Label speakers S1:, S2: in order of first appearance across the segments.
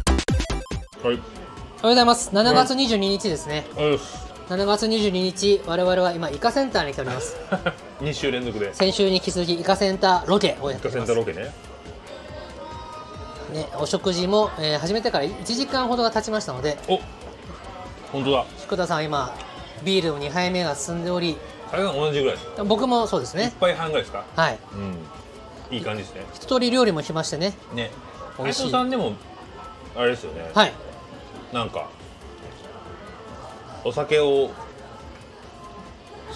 S1: はい。
S2: おはようございます7月22日ですね
S1: あよし。
S2: 7月22日我々は今イカセンターに来ております
S1: 二週連続で。
S2: 先週に引き続きイカセンターロケをやっ
S1: イ
S2: て
S1: カ
S2: お
S1: セン
S2: り
S1: タ
S2: ます
S1: ーロケね。
S2: ね、お食事も、えー始めてから1時間ほどが経ちましたので
S1: お。本当だ。
S2: 菊田さんは今ビールの2杯目が進んでおり
S1: 大概同じぐらいです。
S2: 僕もそうですね
S1: 一杯半ぐらいですか。
S2: はい
S1: うん。いい感じですね。
S2: 一通り料理もしましてね
S1: ね。
S2: 美
S1: 斉
S2: 味しい
S1: 藤さんでも。あれですよね。
S2: はい
S1: なんか。お酒を。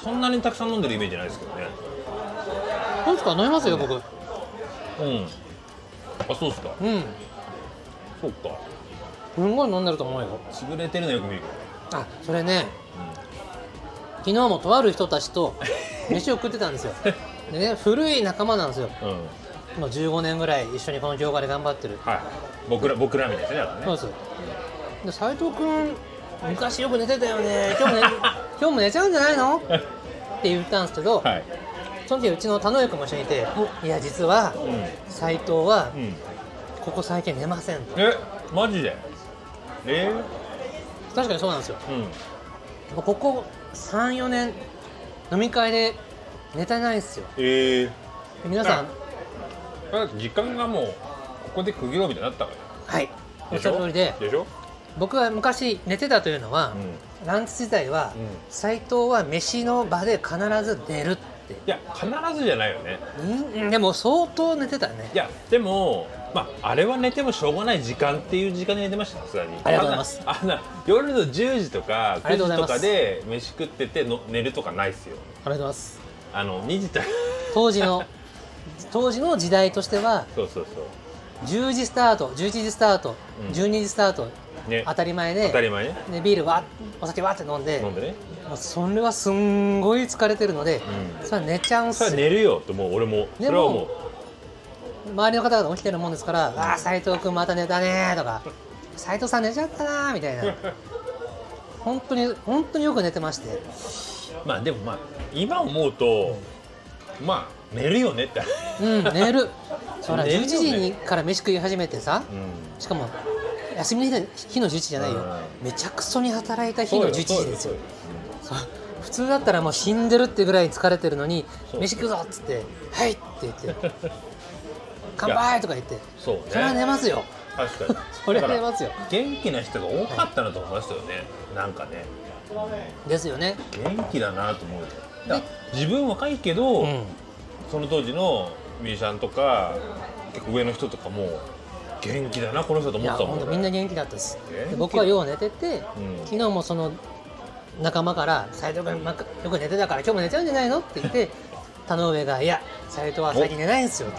S1: そんなにたくさん飲んでるイメージないですけどね。
S2: どうですか飲みますよ僕う
S1: う
S2: ん
S1: ん。あ、そうですか。そうか。
S2: すんごい飲んでると思うよ
S1: 潰れてるのよく見るけど。
S2: あそれね昨日もとある人たちと飯を食ってたん ですよでね古い仲間なんですよ
S1: うん。うん。
S2: もう15年ぐらい一緒にこの業界で頑張ってる
S1: はい。僕ら、僕らみたいですね。だからね
S2: そうですで斉藤君昔よく寝てたよね今日も寝 今日も寝ちゃうんじゃないのって言ったんですけど、
S1: はい。
S2: その時うちの田上君も一緒にいて「いや実は
S1: うん。
S2: 斉藤は
S1: うん。
S2: ここ最近寝ません」
S1: え、マジで。え
S2: 確かにそうなんですよ
S1: ー、うん。
S2: ここ34年飲み会で寝てないんですよ
S1: ええ
S2: 皆さん
S1: 時間がもう。ここで区切ろうみたいになったか
S2: はい
S1: ら。
S2: おっしゃる通りで
S1: でしょ。
S2: 僕が昔寝てたというのは、
S1: うん。い
S2: ランチ時代は
S1: うん
S2: 斎、藤は飯の場で必ず出るって
S1: や、必ずじゃないよね。
S2: うんでも相当寝てたね
S1: いや、でも。まあ、あれは寝てもしょうがない時間っていう時間で寝てました、さすがに。
S2: ありがとうございます
S1: あんな。あんな夜の10時とか
S2: ありがと
S1: 9時と
S2: うございます
S1: かで飯食ってての寝るとかないっすよ。
S2: ありがとうございます
S1: あの2時と
S2: 当時の 当時の時代としては
S1: そうそうそ
S2: 10時スタート11時スタート、
S1: うん
S2: 12時スタート
S1: う。ね。
S2: 当たり前
S1: 当た
S2: で
S1: り前ね。
S2: でビールわお酒わって飲んで
S1: 飲んでね。
S2: もうそれはすんごい疲れてるので、
S1: うん
S2: それは寝ちゃうん
S1: それ
S2: す
S1: は
S2: よ
S1: 寝るよってもう俺もそれはもう
S2: 周りの方々起きてるもんですから「ああ斎藤君また寝たね」とか「斎藤さん寝ちゃったな」みたいな本当に本当によく寝てまして
S1: まあでもまあ今思うと、まあ寝るよねって、
S2: うん寝るそりゃ
S1: 寝るよ
S2: 11
S1: ね
S2: 時にから飯食い始めてさ
S1: うん、
S2: しかも休みの日で日の11時じゃないよめちゃくそに働いた日の11時ですよそう普通だったらもう死んでるってぐらい疲れてるのに「
S1: そう
S2: 飯食うぞ」っつって「はい」って言 って「乾杯!」とか言って
S1: そうね
S2: それは寝ますよ
S1: 確かに
S2: それは寝ますよ
S1: だから元気な人が多かったなと思いましたよね、なんかね
S2: ですよね
S1: 元気だなと思うよだから自分若いけど、
S2: うん
S1: その当時のミュージシャンとか結構上の人とかも元気だなこの人と
S2: い
S1: 思
S2: や
S1: ってたも
S2: 本
S1: ん
S2: 当みんな元気だったです
S1: 元気
S2: で僕はよう寝てて、
S1: ん
S2: 昨日もその仲間から「斎藤君なんかよく寝てたから今日も寝ちゃうんじゃないの?」って言って田上が「いや斎藤は最近寝ないんですよ
S1: おお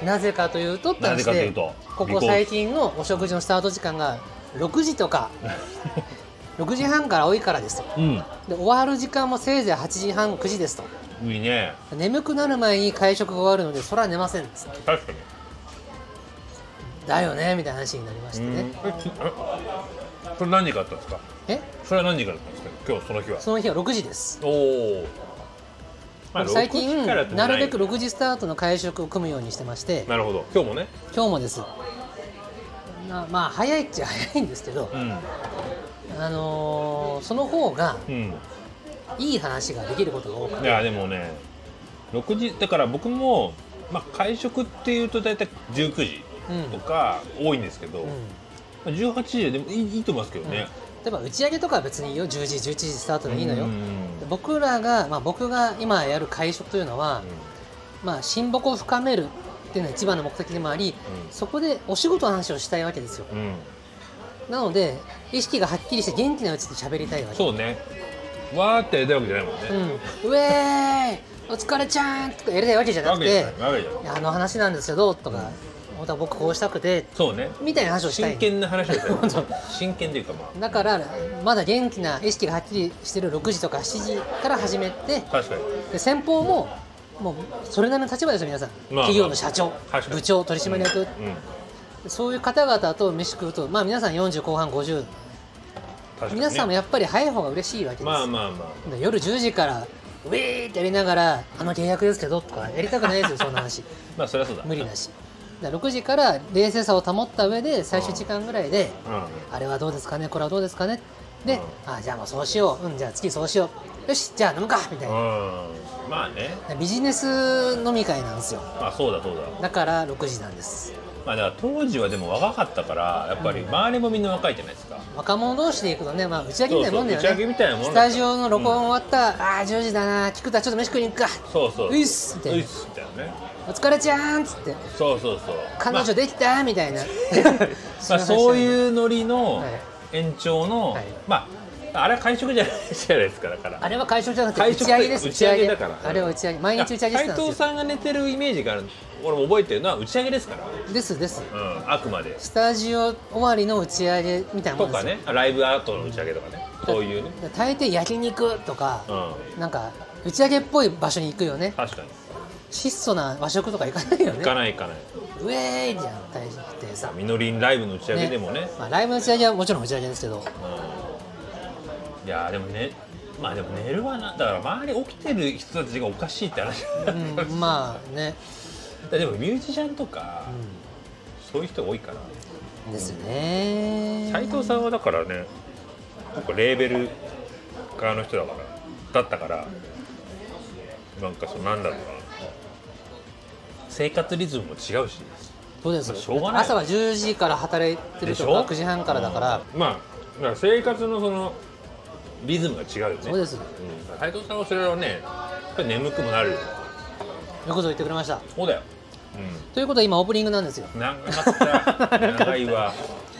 S2: と」なぜかというとって
S1: なぜ
S2: 話
S1: かとい
S2: で
S1: うと
S2: ここ最近のお食事のスタート時間が6時と か6時半から多いからですと
S1: う
S2: で終わる時間もせいぜい8時半9時ですと
S1: んいいね
S2: 眠くなる前に会食が終わるのでそれは寝ませんです
S1: 確かに
S2: だよねみたいな話になりましてね、
S1: えきあそれ何時からあったんですか
S2: え
S1: それは何時からだったんですか今日その日は
S2: その日は6時です
S1: おお、まあ
S2: 最
S1: 6
S2: 近
S1: 時からっても
S2: ないるべく6時スタートの会食を組むようにしてまして
S1: なるほど今日もね
S2: 今日もですなまあ早いっちゃ早いんですけど
S1: う、ん
S2: あのーその方が
S1: うん
S2: いい話ができることが多く
S1: い
S2: て
S1: やでもね6時だから僕も、まあ、会食っていうと大体19時とか多いんですけど、
S2: うん、
S1: ま
S2: うん
S1: あ18時でもいいいいと思いますけど
S2: 例
S1: ね、
S2: えば打ち上げとかは別にいいよ10時11時スタートでいいのよ、
S1: うん
S2: で僕らが、まあ、僕が今やる会食というのは、まあ、親睦を深めるっていうのが一番の目的でもあり、
S1: うん
S2: そこでお仕事の話をしたいわけですよ
S1: うんうん
S2: なので意識がはっきりして元気なうちに喋りたいわけ
S1: そうねわーってやりたいわけじゃないもんね、
S2: うん、ウェーイお疲れちゃんとかやりたいわけじゃな
S1: わ
S2: く
S1: けじ
S2: て
S1: ゃないわけじゃない
S2: いやあの話なんですけどとか、本当は僕こうしたくて
S1: そうね
S2: みたいな話をしたい
S1: 真剣な話をしたい
S2: 本当
S1: 真剣というかま
S2: だからまだ元気な意識がはっきりしてる6時とか7時から始めて
S1: あ確かに
S2: で先方ももうそれなりの立場ですよ皆さん、
S1: まあ
S2: 企業の社長
S1: 確かに
S2: 部長取締役、
S1: うん
S2: そういう方々と飯食うとまあ皆さん40後半50、
S1: 確かにね
S2: 皆さんもやっぱり早い方が嬉しいわけです、
S1: まあまあまあ
S2: で夜10時からウェーイってやりながらあの契約ですけどとかやりたくないですよそんな話
S1: まあそりゃそうだ
S2: 無理だしだから6時から冷静さを保った上で最終時間ぐらいで、
S1: うん
S2: あれはどうですかねこれはどうですかねで、
S1: う
S2: あじゃあもうそうしよううんじゃあ次そうしようよしじゃあ飲むかみたいな、
S1: うんまあね
S2: ビジネス飲み会なんですよ
S1: まあそうだそうだ
S2: だから6時なんです
S1: まあだから当時はでも若かったからやっぱり周りもみんな若いじゃないですか、
S2: 若者同士で行くとね、まあ、打ち上げみたいなもんだよね
S1: そうそう打ち上げみたいなもんだ
S2: スタジオの録音終わった、ああ10時だな菊田ちょっと飯食いに行くか
S1: そうそう
S2: ういっすみたいな
S1: ういっすみたいなね
S2: お疲れちゃーんっつって
S1: そうそうそう
S2: 彼
S1: まあ
S2: 女できたみたいな、
S1: まあ、そう
S2: う
S1: いうノリの
S2: はい
S1: 延長の、
S2: はい
S1: まああれは会食じゃない じゃないですかだから
S2: あれは会食じゃなくて打
S1: 会
S2: ち
S1: 食
S2: 上げです
S1: 打ち上げだから
S2: あれは打ち上げ毎日打ち上げしてたん
S1: 斉
S2: で
S1: 藤
S2: すよ
S1: さんが寝てるイメージがある俺も覚えてるのは打ち上げですから、
S2: ですです
S1: うん、あくまで
S2: スタジオ終わりの打ち上げみたいなも
S1: と
S2: んですよ
S1: かねライブアートの打ち上げとかねそういうね
S2: だから大抵焼肉とか
S1: う、ん
S2: なんか打ち上げっぽい場所に行くよね
S1: 確かに
S2: 質素な和食とか行かないよ
S1: 行
S2: ね
S1: かない行かない
S2: ウェーイじゃん大抵さ、
S1: みのりんライブの打ち上げでもね
S2: まあ、ライブの打ち上げはもちろん打ち上げです けど
S1: うんいやーでもねまあでも寝るわなだから周り起きてる人たちがおかしいって話
S2: うんまあね、
S1: あ でもミュージシャンとか、そういう人多いから
S2: うん、ですね
S1: 斉藤さんはだからね結構レーベル側の人だからだったからなんかそのなんだろうな生活リズムも違うし
S2: どうです
S1: まあしょうがない
S2: 朝は10時から働いてる
S1: でし
S2: と
S1: ょ
S2: か9時半からだから、
S1: うんまあだから生活のそのリズムが違うよね
S2: そうですよ
S1: うん斉藤さんはそれはねやっぱり眠くもなるよ
S2: くぞ言ってくれました
S1: そうだよ、
S2: ということは今オープニングなんですよ
S1: うん、長かった 長いわ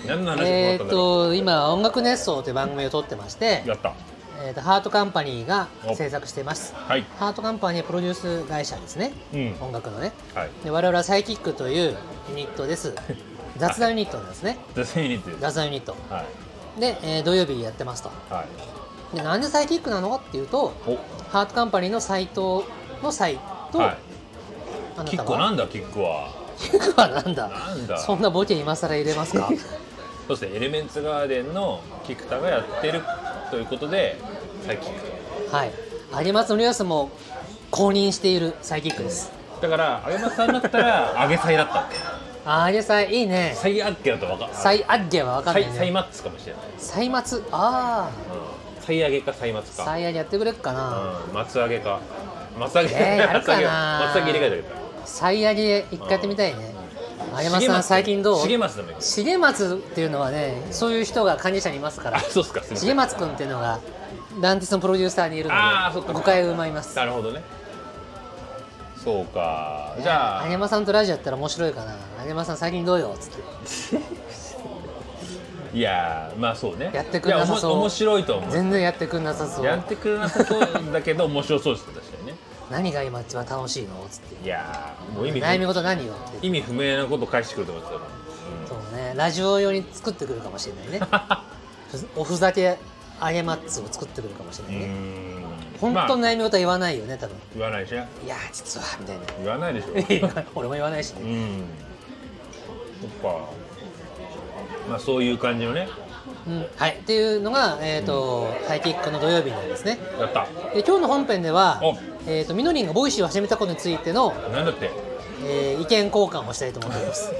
S1: 何の話
S2: え
S1: に
S2: っ、
S1: 困ったんだろ
S2: と今「音楽熱奏」という番組を撮ってまして
S1: う、やった
S2: えーとハートカンパニーが制作しています
S1: はい
S2: ハートカンパニーはプロデュース会社ですね、
S1: うん
S2: 音楽のね
S1: はい
S2: で我々はサイキックというユニットです 雑談ユニットなんですね
S1: ザ・セイニッツ
S2: 雑談ユニット
S1: はい
S2: で、えー土曜日やってますと
S1: はい
S2: でなんでサイキックなのかっていうと
S1: お
S2: ハートカンパニーのサイトのサイと、
S1: はい
S2: あな
S1: キッ
S2: た
S1: クはな
S2: は
S1: んだキックは
S2: キックはなんだ
S1: なんだ
S2: そんなボケ今更入 れますか
S1: そしてエレメンツガーデンの菊田がやってるということでサイキック
S2: はい有松のリアスも公認しているサイキックです
S1: だから揚げ松さんだった ら揚げ菜だったんだよ
S2: ああげさいいいね
S1: サイアッゲだとわか
S2: サイアッゲは分かん
S1: サ
S2: な
S1: イサイ
S2: いね
S1: マッツかもしれない、
S2: サイマツあ
S1: うん、サイ揚げかサイマ
S2: あ
S1: ツ
S2: サ
S1: か、
S2: イアッゲやってくれっかな、
S1: うん、松揚げか松揚げ、
S2: えーやる
S1: 松揚
S2: か
S1: げ
S2: な
S1: 松揚げ入れ替えたけど
S2: サイアゲ一回やってみたいね有
S1: 重
S2: 松さん
S1: 松
S2: 最近どう
S1: 重松でもいいです
S2: 重松っていうのはねそういう人が管理者にいますか
S1: あ
S2: ら
S1: そうっすかすいません
S2: 重松君っていうのがランティスのプロデューサーにいるの
S1: あーそっ
S2: で
S1: か
S2: 誤解を埋まります
S1: なるほどねそうかじゃあ
S2: 有馬さんとラジオやったら面白いかな有馬さん最近どうよっつって
S1: いやーまあそうね
S2: やってくれなさそう
S1: いやおも面白いと思う
S2: 全然やってくんなさそ
S1: や
S2: う
S1: ってくれなさそうだけど面白そうです確かにね
S2: 何が今一番楽しいのっつって
S1: いやーもう意味
S2: 悩み
S1: 不
S2: 事何よって
S1: 意味不明なこと返してくると思ってたか
S2: そうねラジオ用に作ってくるかもしれないね
S1: ら
S2: ふざおふざけあげマッツを作ってくるかもしれ
S1: う
S2: ないね、
S1: ん
S2: 本当の
S1: まあ
S2: 悩み事は言わないよね多分
S1: 言わないしね
S2: いやー実はみたいな
S1: 言わないでしょ
S2: 俺も言わないし
S1: う
S2: ね
S1: んそっかまあそういう感じのね
S2: うんはい、っていうのが、えーとサイキックの土曜日なんですね
S1: やった
S2: で今日の本編では
S1: お、
S2: えー、とみのりんがボイシーを始めたことについての、
S1: なんだって
S2: えー意見交換をしたいと思っております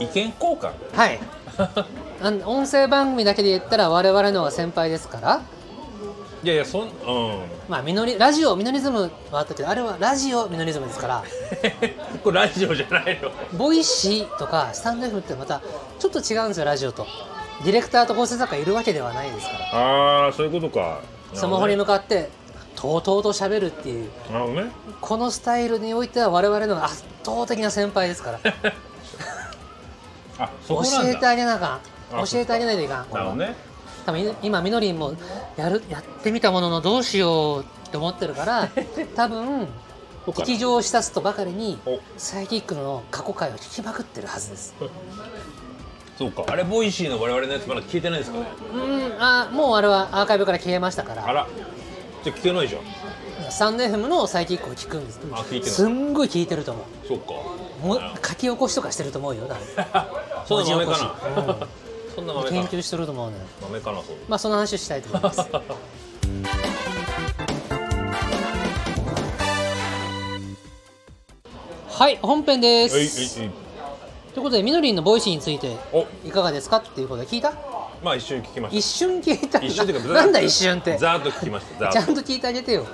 S1: 意見交換
S2: はいあの音声番組だけで言ったら我々の方が先輩ですから
S1: いやいやそん うん
S2: まあみのりラジオミノリズムはあったけどあれはラジオミノリズムですから
S1: これラジオじゃないの
S2: ボイシーとかスタンド F ってまたちょっと違うんですよラジオとディレクターと構成作家いるわけではないですから
S1: ああそういうことか
S2: スマホに向かってとうとうと喋るっていう
S1: なるほどね
S2: このスタイルにおいては我々の方が圧倒的な先輩ですから
S1: あ そ
S2: 教
S1: こなんだ
S2: えてあげなあかん
S1: あ
S2: 教えてあげないといかん
S1: なるほどね
S2: 多分今みのりんもやるやってみたもののどうしようって思ってるから 多分
S1: そうか
S2: 劇場をしたすとばかりに
S1: お
S2: サイキックの過去回を聞きまくってるはずです
S1: そうかあれボイシーの我々のやつまだ聞いてないですかね
S2: うんあもうあれはアーカイブから消えましたか
S1: あ
S2: ら
S1: らじゃあ聞けないじゃん
S2: スタンド FM のサイキックを聞くんです
S1: あ聞いてる
S2: すんごい聞いてると思
S1: そうか
S2: うもう書き起こしとかしてると思うよ多分
S1: そんな豆かな、
S2: 文字起こ
S1: そんな豆か
S2: 研
S1: な
S2: 究してると思うのよ
S1: 豆かなそう
S2: まあその話をしたいと 思いますはい本編で
S1: はい
S2: す
S1: はい
S2: ということでみのりんのボイシーについて
S1: お
S2: いかがですかっていうことで聞いた
S1: まあ一瞬聞きまし
S2: 一瞬聞いた
S1: た一瞬っていうか
S2: なんだ一瞬ってち
S1: ざーっと聞きましたざーっ
S2: ゃん
S1: と
S2: と聞いてあげてよ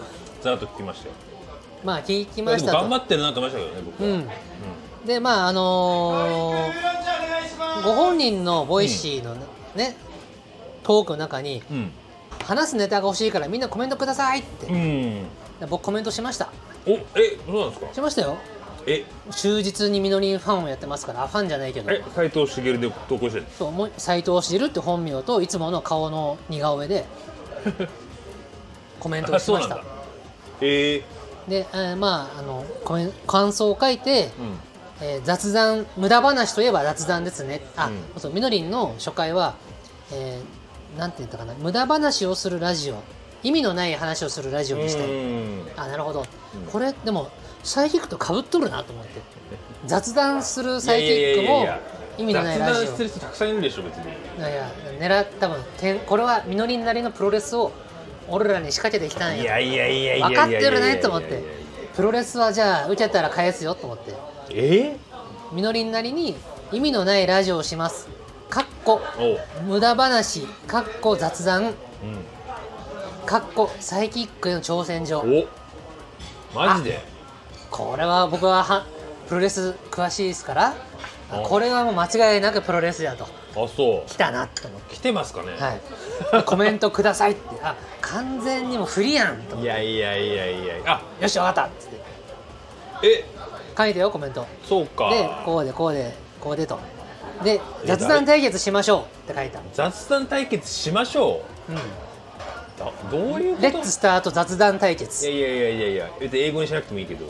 S1: ざーっと聞きましたよ
S2: まあ聞
S1: い
S2: き
S1: や
S2: ま
S1: で
S2: し
S1: も
S2: た
S1: 頑張
S2: と
S1: ってるなと思いましたけどね僕
S2: う
S1: は、
S2: んでまああのーご本人のボイシーのねねトークの中に
S1: うん
S2: 話すネタが欲しいからみんなコメントくださいって
S1: うん
S2: 僕コメントしました
S1: おえそうなんですか
S2: しましたよ
S1: え
S2: 忠実にみのりんファンをやってますからあファンじゃないけど
S1: え斉藤茂で投稿してる
S2: そうもう斎藤茂って本名といつもの顔の似顔 絵でコメントを
S1: あ
S2: し
S1: そうな
S2: まし
S1: ん
S2: た
S1: だえ
S2: で、えーまああのコメン感想を書い
S1: ー、う
S2: て、
S1: ん
S2: えー雑談無駄話といえば雑談ですねあ、
S1: うん
S2: そうみのりんの初回は、えーなんて言ったかな無駄話をするラジオ意味のない話をするラジオにしたい、
S1: うん
S2: あなるほど、
S1: うん
S2: これでもサイキックとかぶっとるなと思って雑談するサイキ
S1: いや
S2: ッ
S1: いや
S2: ク
S1: いやい
S2: も
S1: や
S2: 意味のないラジ
S1: 雑談
S2: オ
S1: してる人たくさんいるでしょ別に
S2: いやいや狙った多分てんこれはみのりんなりのプロレスを俺らに仕掛けてきたん
S1: いや
S2: や
S1: いやいやいや
S2: 分かってるねと思っ
S1: いや
S2: て
S1: いやいやいや
S2: プロレスはじゃあ受けたら返すよと思って
S1: え
S2: みのりんなりに意味のないラジオをしますかっこ
S1: おう
S2: 無駄話かっこ雑
S1: う
S2: 談
S1: ん
S2: かっこサイキックへの挑戦状
S1: おマジで
S2: これは僕ははプロレス詳しいですから
S1: お
S2: これはもう間違いなくプロレスやと
S1: あそう
S2: 来たなと思って
S1: 来てますかね、
S2: はい、コメントくださいってあ完全にもうフリやんと思っ
S1: い
S2: て
S1: やいやいやいやいやあ
S2: よし分かったっつって
S1: え
S2: 書いてよコメント
S1: そうか
S2: でこうでこうでこうでとで雑談対決しましょうって書いた、
S1: 雑談対決しましょ
S2: う
S1: うだどういうこと
S2: ん、レッツスタート雑談対
S1: い
S2: 決
S1: やいやいやいやいや別に英語にしなくてもいいけど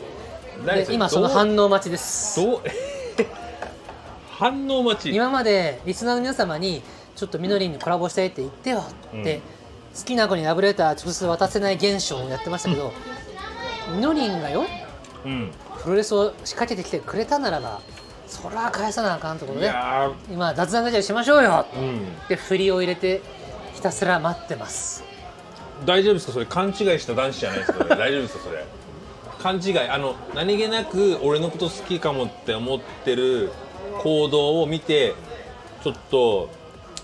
S1: 何
S2: で
S1: れ
S2: 今その
S1: どう
S2: 反応待ちです
S1: どう 反応待ち
S2: 今までリスナーの皆様にちょっとみのりんにコラボしたいって言ってよって、
S1: うん
S2: 好きな子にラブレター直接渡せない現象をやってましたけどみのりんがよ
S1: うん
S2: プロレスを仕掛けてきてくれたならばそりゃ返さなあかんってこと
S1: い
S2: で
S1: や
S2: 今雑談会社しましょうよ
S1: ーうん
S2: で振りを入れてひたすら待ってます
S1: 大丈夫ですかそれ勘違いした男子じゃないですかそれ大丈夫ですかそれ勘違いあの何気なく俺のこと好きかもって思ってる行動を見てちょっと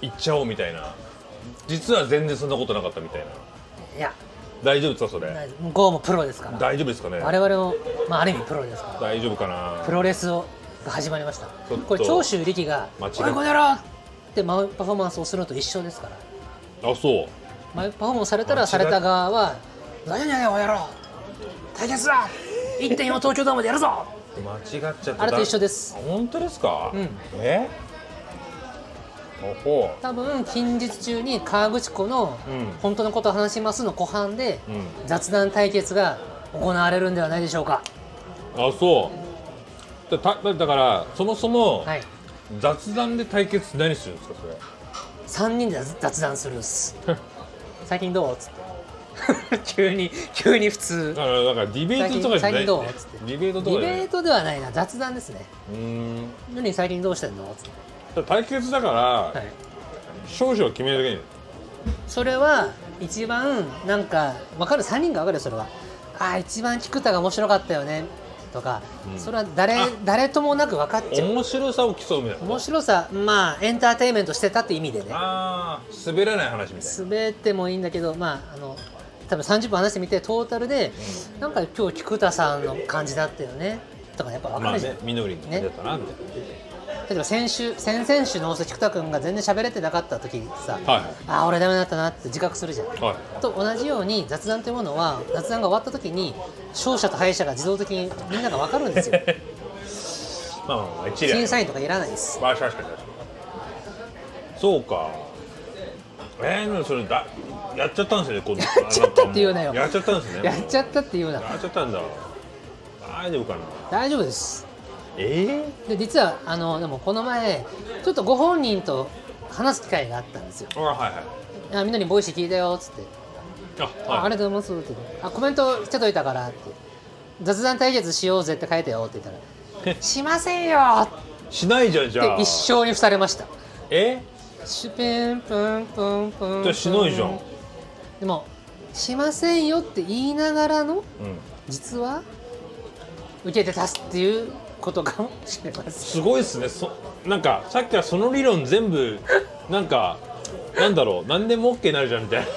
S1: 行っちゃおうみたいな実は全然そんなことなかったみたいない
S2: や
S1: 大丈夫ですかそれ
S2: 向こうもプロですから
S1: 大丈夫ですかね
S2: 我々も、まあ、ある意味プロですから
S1: 大丈夫かな
S2: プロレスをが始まりました
S1: ちょっと
S2: これ長州力が「
S1: 間
S2: お
S1: 違
S2: い
S1: え
S2: この野郎!」ってマウンパフォーマンスをするのと一緒ですから
S1: あそう
S2: マウンパフォーマンスされたら
S1: 間違え
S2: された側は「何やねんお野郎対決だ !1.4 東京ドームでやるぞ!
S1: 間違っちゃった」
S2: あれと一緒です
S1: 本当ですか、
S2: うん
S1: えおほ
S2: 多分近日中に河口湖の
S1: うん
S2: 「本当のことを話します」の後半で
S1: うん
S2: 雑談対決が行われるんではないでしょうか
S1: あそうだただからそもそも、
S2: はい
S1: 雑談で対決って何するんですかそれ
S2: 3人で雑談する っす最近どうっつって 急に急に普通
S1: だからだからディベートとかじゃない
S2: 最近最近どうっつって
S1: ディベートと
S2: デ
S1: かじ
S2: ィベ
S1: ゃない
S2: ートではないな雑談ですね
S1: うーん
S2: 何最近どうしてんのっつって、
S1: だから対決だから、
S2: はい、
S1: 勝者を決めるだけに
S2: それは一番なんか分かる3人が分かるよそれはああ一番菊田が面白かったよねとか、
S1: うん
S2: それは誰
S1: あ
S2: 誰ともなく分かっちゃう
S1: 面白さを競うみたいな
S2: 面白さまあエンターテインメントしてたって意味でね
S1: ああ滑らない話みたい
S2: 滑ってもいいんだけどまああの多分30分話してみてトータルで、なんか今日菊田さんの感じだったよねとかやっぱ
S1: な
S2: 分
S1: ま
S2: か
S1: あ
S2: るじゃん、
S1: ねみのりんの感じだったなみたい
S2: 例えば先週先々週の菊田君が全然喋れてなかった時にさ、
S1: なはい
S2: ああ俺ダメだったなって自覚するじゃん
S1: はい
S2: と同じように雑談というものは雑談が終わった時に勝者と敗者が自動的にみんなが分かる んですよ
S1: まあまあまあ一理ありま
S2: 審
S1: す
S2: 査員とかいらないです
S1: まあ確かに確かにそうかえー、でもそれだやっちゃったんですね 今度や
S2: っちゃったって言うなよ
S1: やっちゃったんですね
S2: やっちゃったっていうな
S1: やっちゃったんだ大丈夫かな
S2: 大丈夫です
S1: ええ
S2: で実はあのでもこの前ちょっとご本人と話す機会があったんですよ
S1: あはいはい
S2: 「あみんなにボイシー聞いたよ」っつって
S1: あ、
S2: あ「
S1: は
S2: あ
S1: い、
S2: りがとうございます」って「あコメントしてといたから」って「雑談対決しようぜ」って書いてよって言っ たら「しませんよ!」
S1: しないじゃんじゃ
S2: っ
S1: あ
S2: て一生に付されました
S1: え
S2: シュペンプンプンプン
S1: じゃあしないじゃん、うん、
S2: でも「しませんよ」って言いながらの実は受けて立つっていうことかもしれません
S3: すごいですねそなんかさっきからその理論全部 なんかなんだろう何でも OK になるじゃんみたいな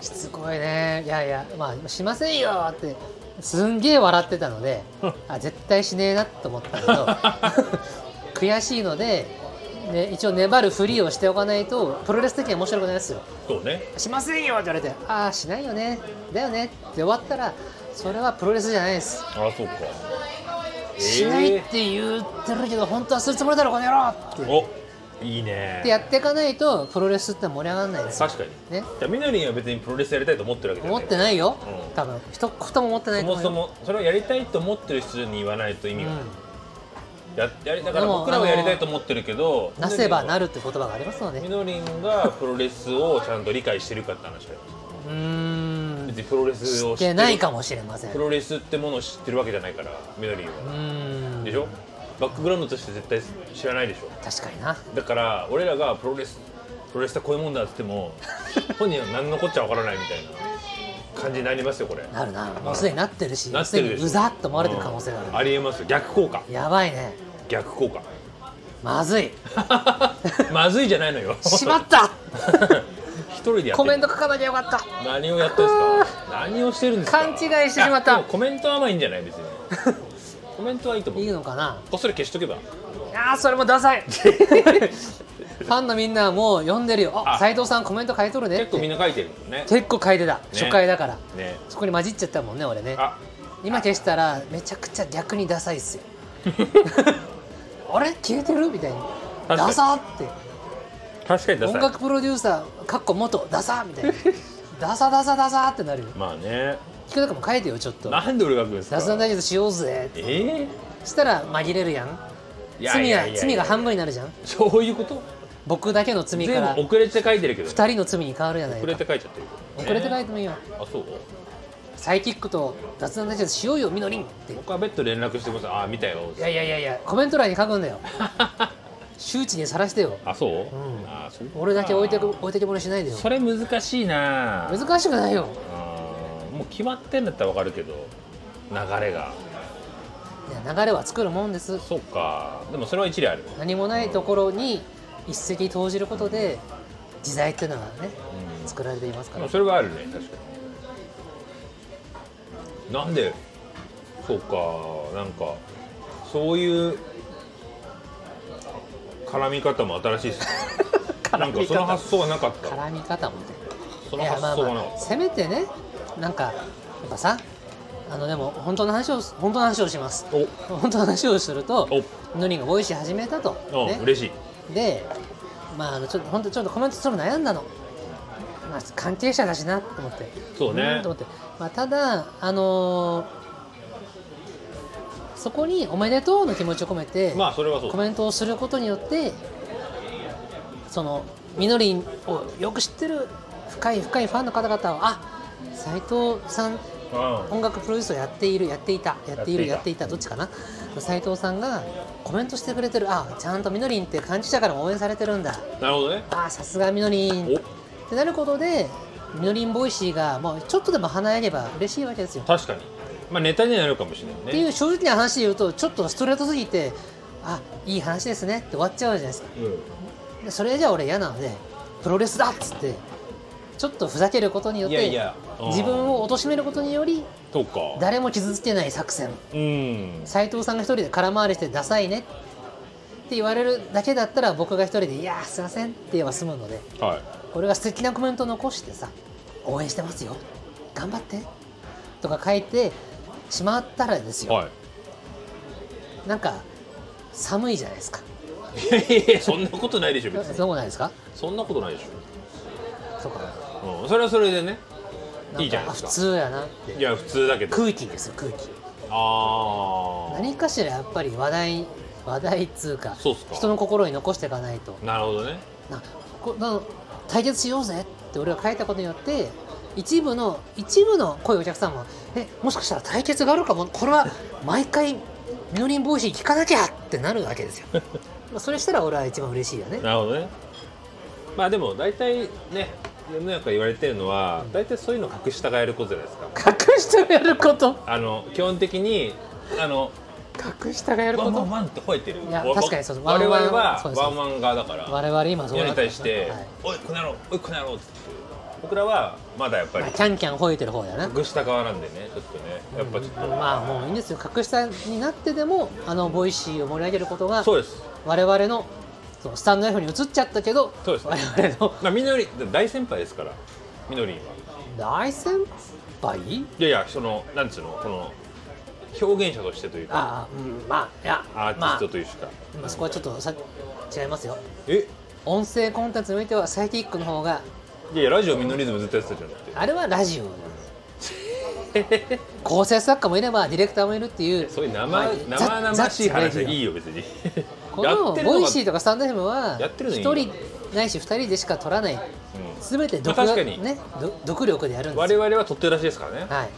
S2: しつこいねいやいやまあしませんよってすんげえ笑ってたのであ絶対しねえなと思ったけど 悔しいので、ね、一応粘るふりをしておかないとプロレス的には面白くないですよ
S1: そうね
S2: しませんよって言われてああしないよねだよねって終わったらそれはプロレスじゃないです
S1: ああそうか
S2: しないって言ってるけど本当はするつもりだろこの野郎って
S3: おいい
S2: って
S3: ね
S2: やっていかないとプロレスって盛り上がらないですよ
S1: 確かに
S2: ね
S1: じゃあみのりんは別にプロレスやりたいと思ってるわけじゃ
S2: 思
S1: ない
S2: ってないよ、
S1: うん
S2: 多分一言も思ってない
S1: そ
S2: と思
S1: も
S2: うよ
S1: そもそれをやりたいと思ってる人に言わないと意味がない、ややりだから
S2: でも
S1: 僕らはやりたいと思ってるけど
S2: うんなせばな
S1: る
S2: るって言葉がありますので
S1: み
S2: う
S1: のりんがプロレスをちゃんと理解してるかって話だよ
S2: ーん
S1: 別にプロレスを
S2: し
S1: 知って
S2: て
S1: る
S2: ないかもしれません
S1: プ
S2: う
S1: ロレスってものを知ってるわけじゃないからみのりんは、
S2: ーん
S1: でしょバックグラウンドとして絶対知らないでしょ
S2: 確かにな
S1: だから俺らがプロレスプロレスってこういうもんだっつっても本人は何のこっちゃわからないみたいな感じになりますよこれ
S2: なるなもうすでになってるし
S1: なってるでしょ
S2: すでにうざっと思われてる可能性がある、
S1: うんありえますよ逆効果
S2: やばいね
S1: 逆効果
S2: まずい
S1: まずいじゃないのよ
S2: しまった
S1: 一人でやってる
S2: コメント書かなきゃよかった
S1: 何をやってるんですか何をしてるんですか
S2: 勘違いしてしまった
S1: いやでもコメントはまあいいんじゃない別 にコメントはいいと思う
S2: いいのかな
S1: こっそり消しとけば
S2: あーそれもダサ いファンのみんなはもう読んでるよあ
S1: あ
S2: 斎藤さんコメント書いとるねって
S1: 結構みんな書いてるもんね
S2: 結構書いてた、初回だから
S1: ね
S2: そこに混じっちゃったもんね俺ね
S1: あ
S2: 今消したらめちゃくちゃ逆にダサいっ すよあれ消えてるみたいな
S1: 確かに
S2: ダサって
S1: 確かにダ
S2: 音
S1: サい
S2: 楽プロデューサーかっこ元ダサみたい なダサダサダサってなるよ
S1: まあね
S2: 菊田君も書いてよちょっと
S1: なんで俺が書くんですか
S2: 雑談ダイジェストしようぜ
S1: えー
S2: したら紛れるやん
S1: いやいやいやい
S2: 罪
S1: や
S2: が罪が半分になるじゃん
S1: そういうこと
S2: 僕だけの罪か
S1: 全
S2: ら
S1: 部遅れて書いてるけど
S2: 二人の罪に変わるじゃない
S1: 遅
S2: か
S1: れて書いちゃってる
S2: 遅れて書
S1: い
S2: いてもいいよ
S1: あそう
S2: サイキックと雑談ダイジェストしようよみのりんってい
S1: 僕は別途連絡してくださいあ見たよ
S2: やいやいやいやコメント欄に書く んだよ周知にさらしてよ
S1: あそう、
S2: ん
S1: あそうか
S2: 俺だけ置いてく置いてけぼりしないでよ
S1: それ難しいな
S2: 難しくないよ
S1: あーもう決まってんだったらわかるけど流れが
S2: いや流れは作るもんです
S1: そうかでもそれは一理ある、
S2: 何もないところに一石投じることで自在っていうのがね
S1: う
S2: 作られていますか
S1: ん、
S2: ら
S1: それはあるね確かになんでそうかなんかそういう絡み方も新しいっすね なんかその発想はなかった
S2: 絡み方もね
S1: その発想はなかっ
S2: せめてねなんかやっぱさあのでも本当の話を本当の話をします
S1: たお
S2: 本当の話をするとのりんがボイシー始めたと、
S1: お、
S2: ね、
S1: 嬉しい
S2: でまああのちょっと本当ちょっとコメントするの悩んだの、まあ、関係者だしなと思って
S1: そうね
S2: んと思って、まあ、ただあのーそこにおめでとうの気持ちを込めて、
S1: まあそれはそう
S2: コメントをすることによってそのみのりんをよく知ってる深い深いファンの方々はあ斎藤さん
S1: うん
S2: 音楽プロデュースをやっているやっていたやっているや
S1: や
S2: っ
S1: ってて
S2: いたどっちかな斉藤さんがコメントしてくれてるあちゃんとみのりんって幹事社からも応援されてるんだ
S1: なるほどね
S2: あさすがみのりんってなることでみのりんボイシーがもうちょっとでも華やげば嬉しいわけですよ
S1: お確かにまあネタにはなるかもしれ
S2: っ
S1: な
S2: て
S1: いね
S2: いう正直な話で言うとちょっとストレートすぎてあいい話ですねって終わっちゃうじゃないですか
S1: うん
S2: でそれじゃ俺嫌なのでプロレスだっつってちょっとふざけることによっ
S1: いや
S2: て
S1: いやうん
S2: 自分を貶めることにより
S1: そうか
S2: 誰も傷つけない作戦
S1: うん
S2: 斉藤さんが一人で空回りしてダサいねって言われるだけだったら僕が一人で「いやーすいません」って言えば済むので
S1: はい
S2: 俺が素敵なコメント残してさ「応援してますよ頑張って」とか書いてしまったらですよ、
S1: は
S2: なんか寒いじゃないですか
S1: い。いやいやいやそんなことないでしょ別に。
S2: そうないですか
S1: そんなことないでし
S2: そうかな
S1: ょ。うん、それはそれでね。
S2: んか
S1: いいじゃないですか
S2: あ普通やなって
S1: いや普通だけど。
S2: 空気ですよ空気
S1: あ
S2: 何かしらやっぱり話題話題っつうか
S1: そうっすか
S2: 人の心に残していかないと
S1: あ。なるほどね。
S2: なこな対決しようぜって俺が書いたことによって一部の一部の濃いお客さんもえもしかしたら対決があるかもこれは毎回みのりん帽子聞かなきゃってなるわけで すよまあそれしたら俺は一番嬉しいよね
S1: なるほどね。まあでも大体ね世の中言われてるのは大体そういうの隠したがやることじゃないですか。
S2: 隠してやること
S1: あの基本的にあの
S2: 格下がやるこ
S1: ワンワ
S2: と
S1: ンワンって吠えてる
S2: いや
S1: わ
S2: 確かにそうですワ
S1: 我
S2: ンワン
S1: 々は
S2: そうです
S1: ワンワン側だから
S2: 我々今そう
S1: 世
S2: な
S1: に対
S2: ってます
S1: し
S2: ね
S1: て
S2: はい
S1: 「おいこの野郎おいこの野郎」って言って僕らはまだやっぱ
S2: ま
S1: り
S2: あ、キャンキャン吠えてる方やな
S1: 格下側なんでねちょっとねやっぱちょっと
S2: まあもういいんですよ格下になってでもあのボイシーを盛り上げることが
S1: そうです
S2: 我々のそうスタンド F に移っちゃったけど
S1: そうです
S2: 我々の
S1: まあみのり大先輩ですからみのりんは
S2: 大先輩
S1: いやいやそのなんつうのこの表現者としてというか
S2: ああ、うん、まあいや
S1: アーティストというしか、
S2: まあ、まあそこはちょっとさ違いますよ
S1: え
S2: 音声コンテンツにおいてはサイキックの方が
S1: いやいやラジオミノリズムずっとやってたじゃなくて
S2: あれはラジオなんです構成作家もいればディレクターもいるっていう
S1: そういう
S2: まあ
S1: 生
S2: ざ
S1: 生々しい
S2: ざっ
S1: 話
S2: つレディオ
S1: いいよ別に
S2: こ
S1: や
S2: の
S1: ってる
S2: ボ
S1: の
S2: イ
S1: が
S2: シーとかスタンド FM は
S1: やってるのいい
S2: 一
S1: よ
S2: 人ないし二人でしか取らない全て独,、
S1: まあ確かに
S2: ね、ど独力でやるんです
S1: 我
S2: よ
S1: 々は取って出しですからね、
S2: はい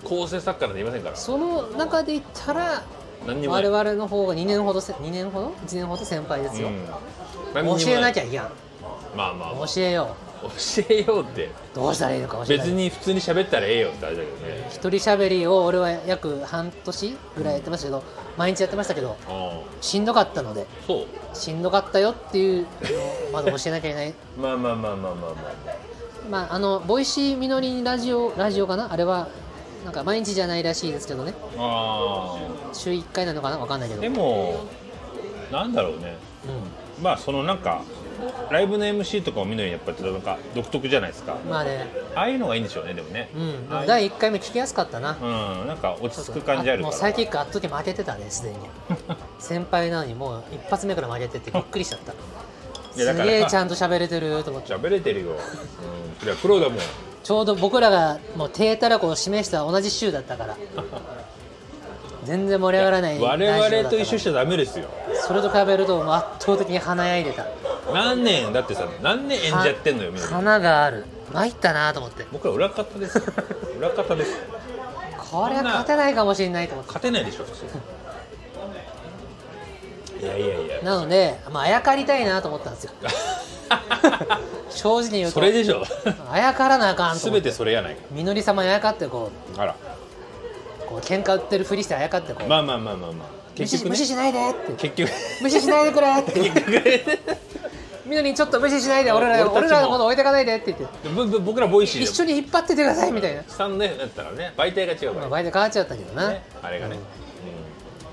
S1: うん、構成作家なんていませんから
S2: その中で言ったら
S1: 何にもない
S2: 我々の方が2年ほどせ二年ほど1年ほど先輩ですよ、
S1: うん
S2: 教えなき
S1: ゃ
S2: ゃいけん
S1: まあまあ、まあ、
S2: 教えよ
S1: 教えようって
S2: うどうしたらいいのか教えない
S1: 別に普通に喋ったらええよってあれだけどね
S2: 一人喋りを俺は約半年ぐらいやってましたけど、毎日やってましたけど
S1: うん
S2: しんどかったので
S1: そ
S2: しんどかったよっていうのをまだ教えなきゃいけない
S1: うまあまあまあまあまあまあ
S2: まああのボイシーみのりにラジオラジオかなあれはなんか毎日じゃないらしいですけどね
S1: ああ
S2: 週1回なのかなわかんないけど、う
S1: で
S2: ん、
S1: もなんだろうねまあそのなんかライブの MC とかを見るのにやっぱりなんか独特じゃないですか
S2: まあね
S1: ああいうのがいいんでしょうねでもね
S2: うん
S1: ああいう
S2: 第1回目聞きやすかったな
S1: うんなんか落ち着く感じある
S2: も
S1: から
S2: うサイキックあっとき負けてたねす でに先輩なのにもう一発目から負けててびっくりしちゃった
S1: いやだ
S2: す
S1: から
S2: げえちゃんと喋れてると思って
S1: 喋れてるよ、うん、そりゃプロだもん
S2: ちょうど僕らがもう低たらこを示した同じ週だったから全然盛り上がらない
S1: 我々と一緒しち
S2: 緒
S1: ゃダメですよ
S2: それと比べるともう圧倒的に華やいでた
S1: 何年だってさ何年演じやってんのよみんな
S2: 花がある参ったなと思って
S1: 僕ら裏方ですよ裏方です
S2: これは勝てないかもしれないと思って
S1: 勝てないでしょ普通いやいや いや
S2: なので、まあ、あやかりたいなと思ったんですよ正直に言うと
S1: それでしょ
S2: あやからなあかんと思
S1: 全
S2: って
S1: てそれやないか
S2: みのり様にあやかってこ
S1: あら
S2: うこう喧嘩売ってるふりしてあやかってこう、
S1: まあまあまあまあまあ
S2: 無視
S1: 結局
S2: 無
S1: ね
S2: 視しないでって
S1: 結局
S2: 無視しないでくれ ってみのりちょっと無視しないで俺
S1: 俺た
S2: ら
S1: ちも
S2: 俺らのこと置いてかないでって言って
S1: ぶぶ僕らボイシーで
S2: 一緒に引っ張っててくださいみたいな
S1: スタンド F だったらね媒体が違う
S2: まあ
S1: か
S2: 場合で変わっちゃったけど
S1: ら
S2: な、
S1: ねあれがね、うん、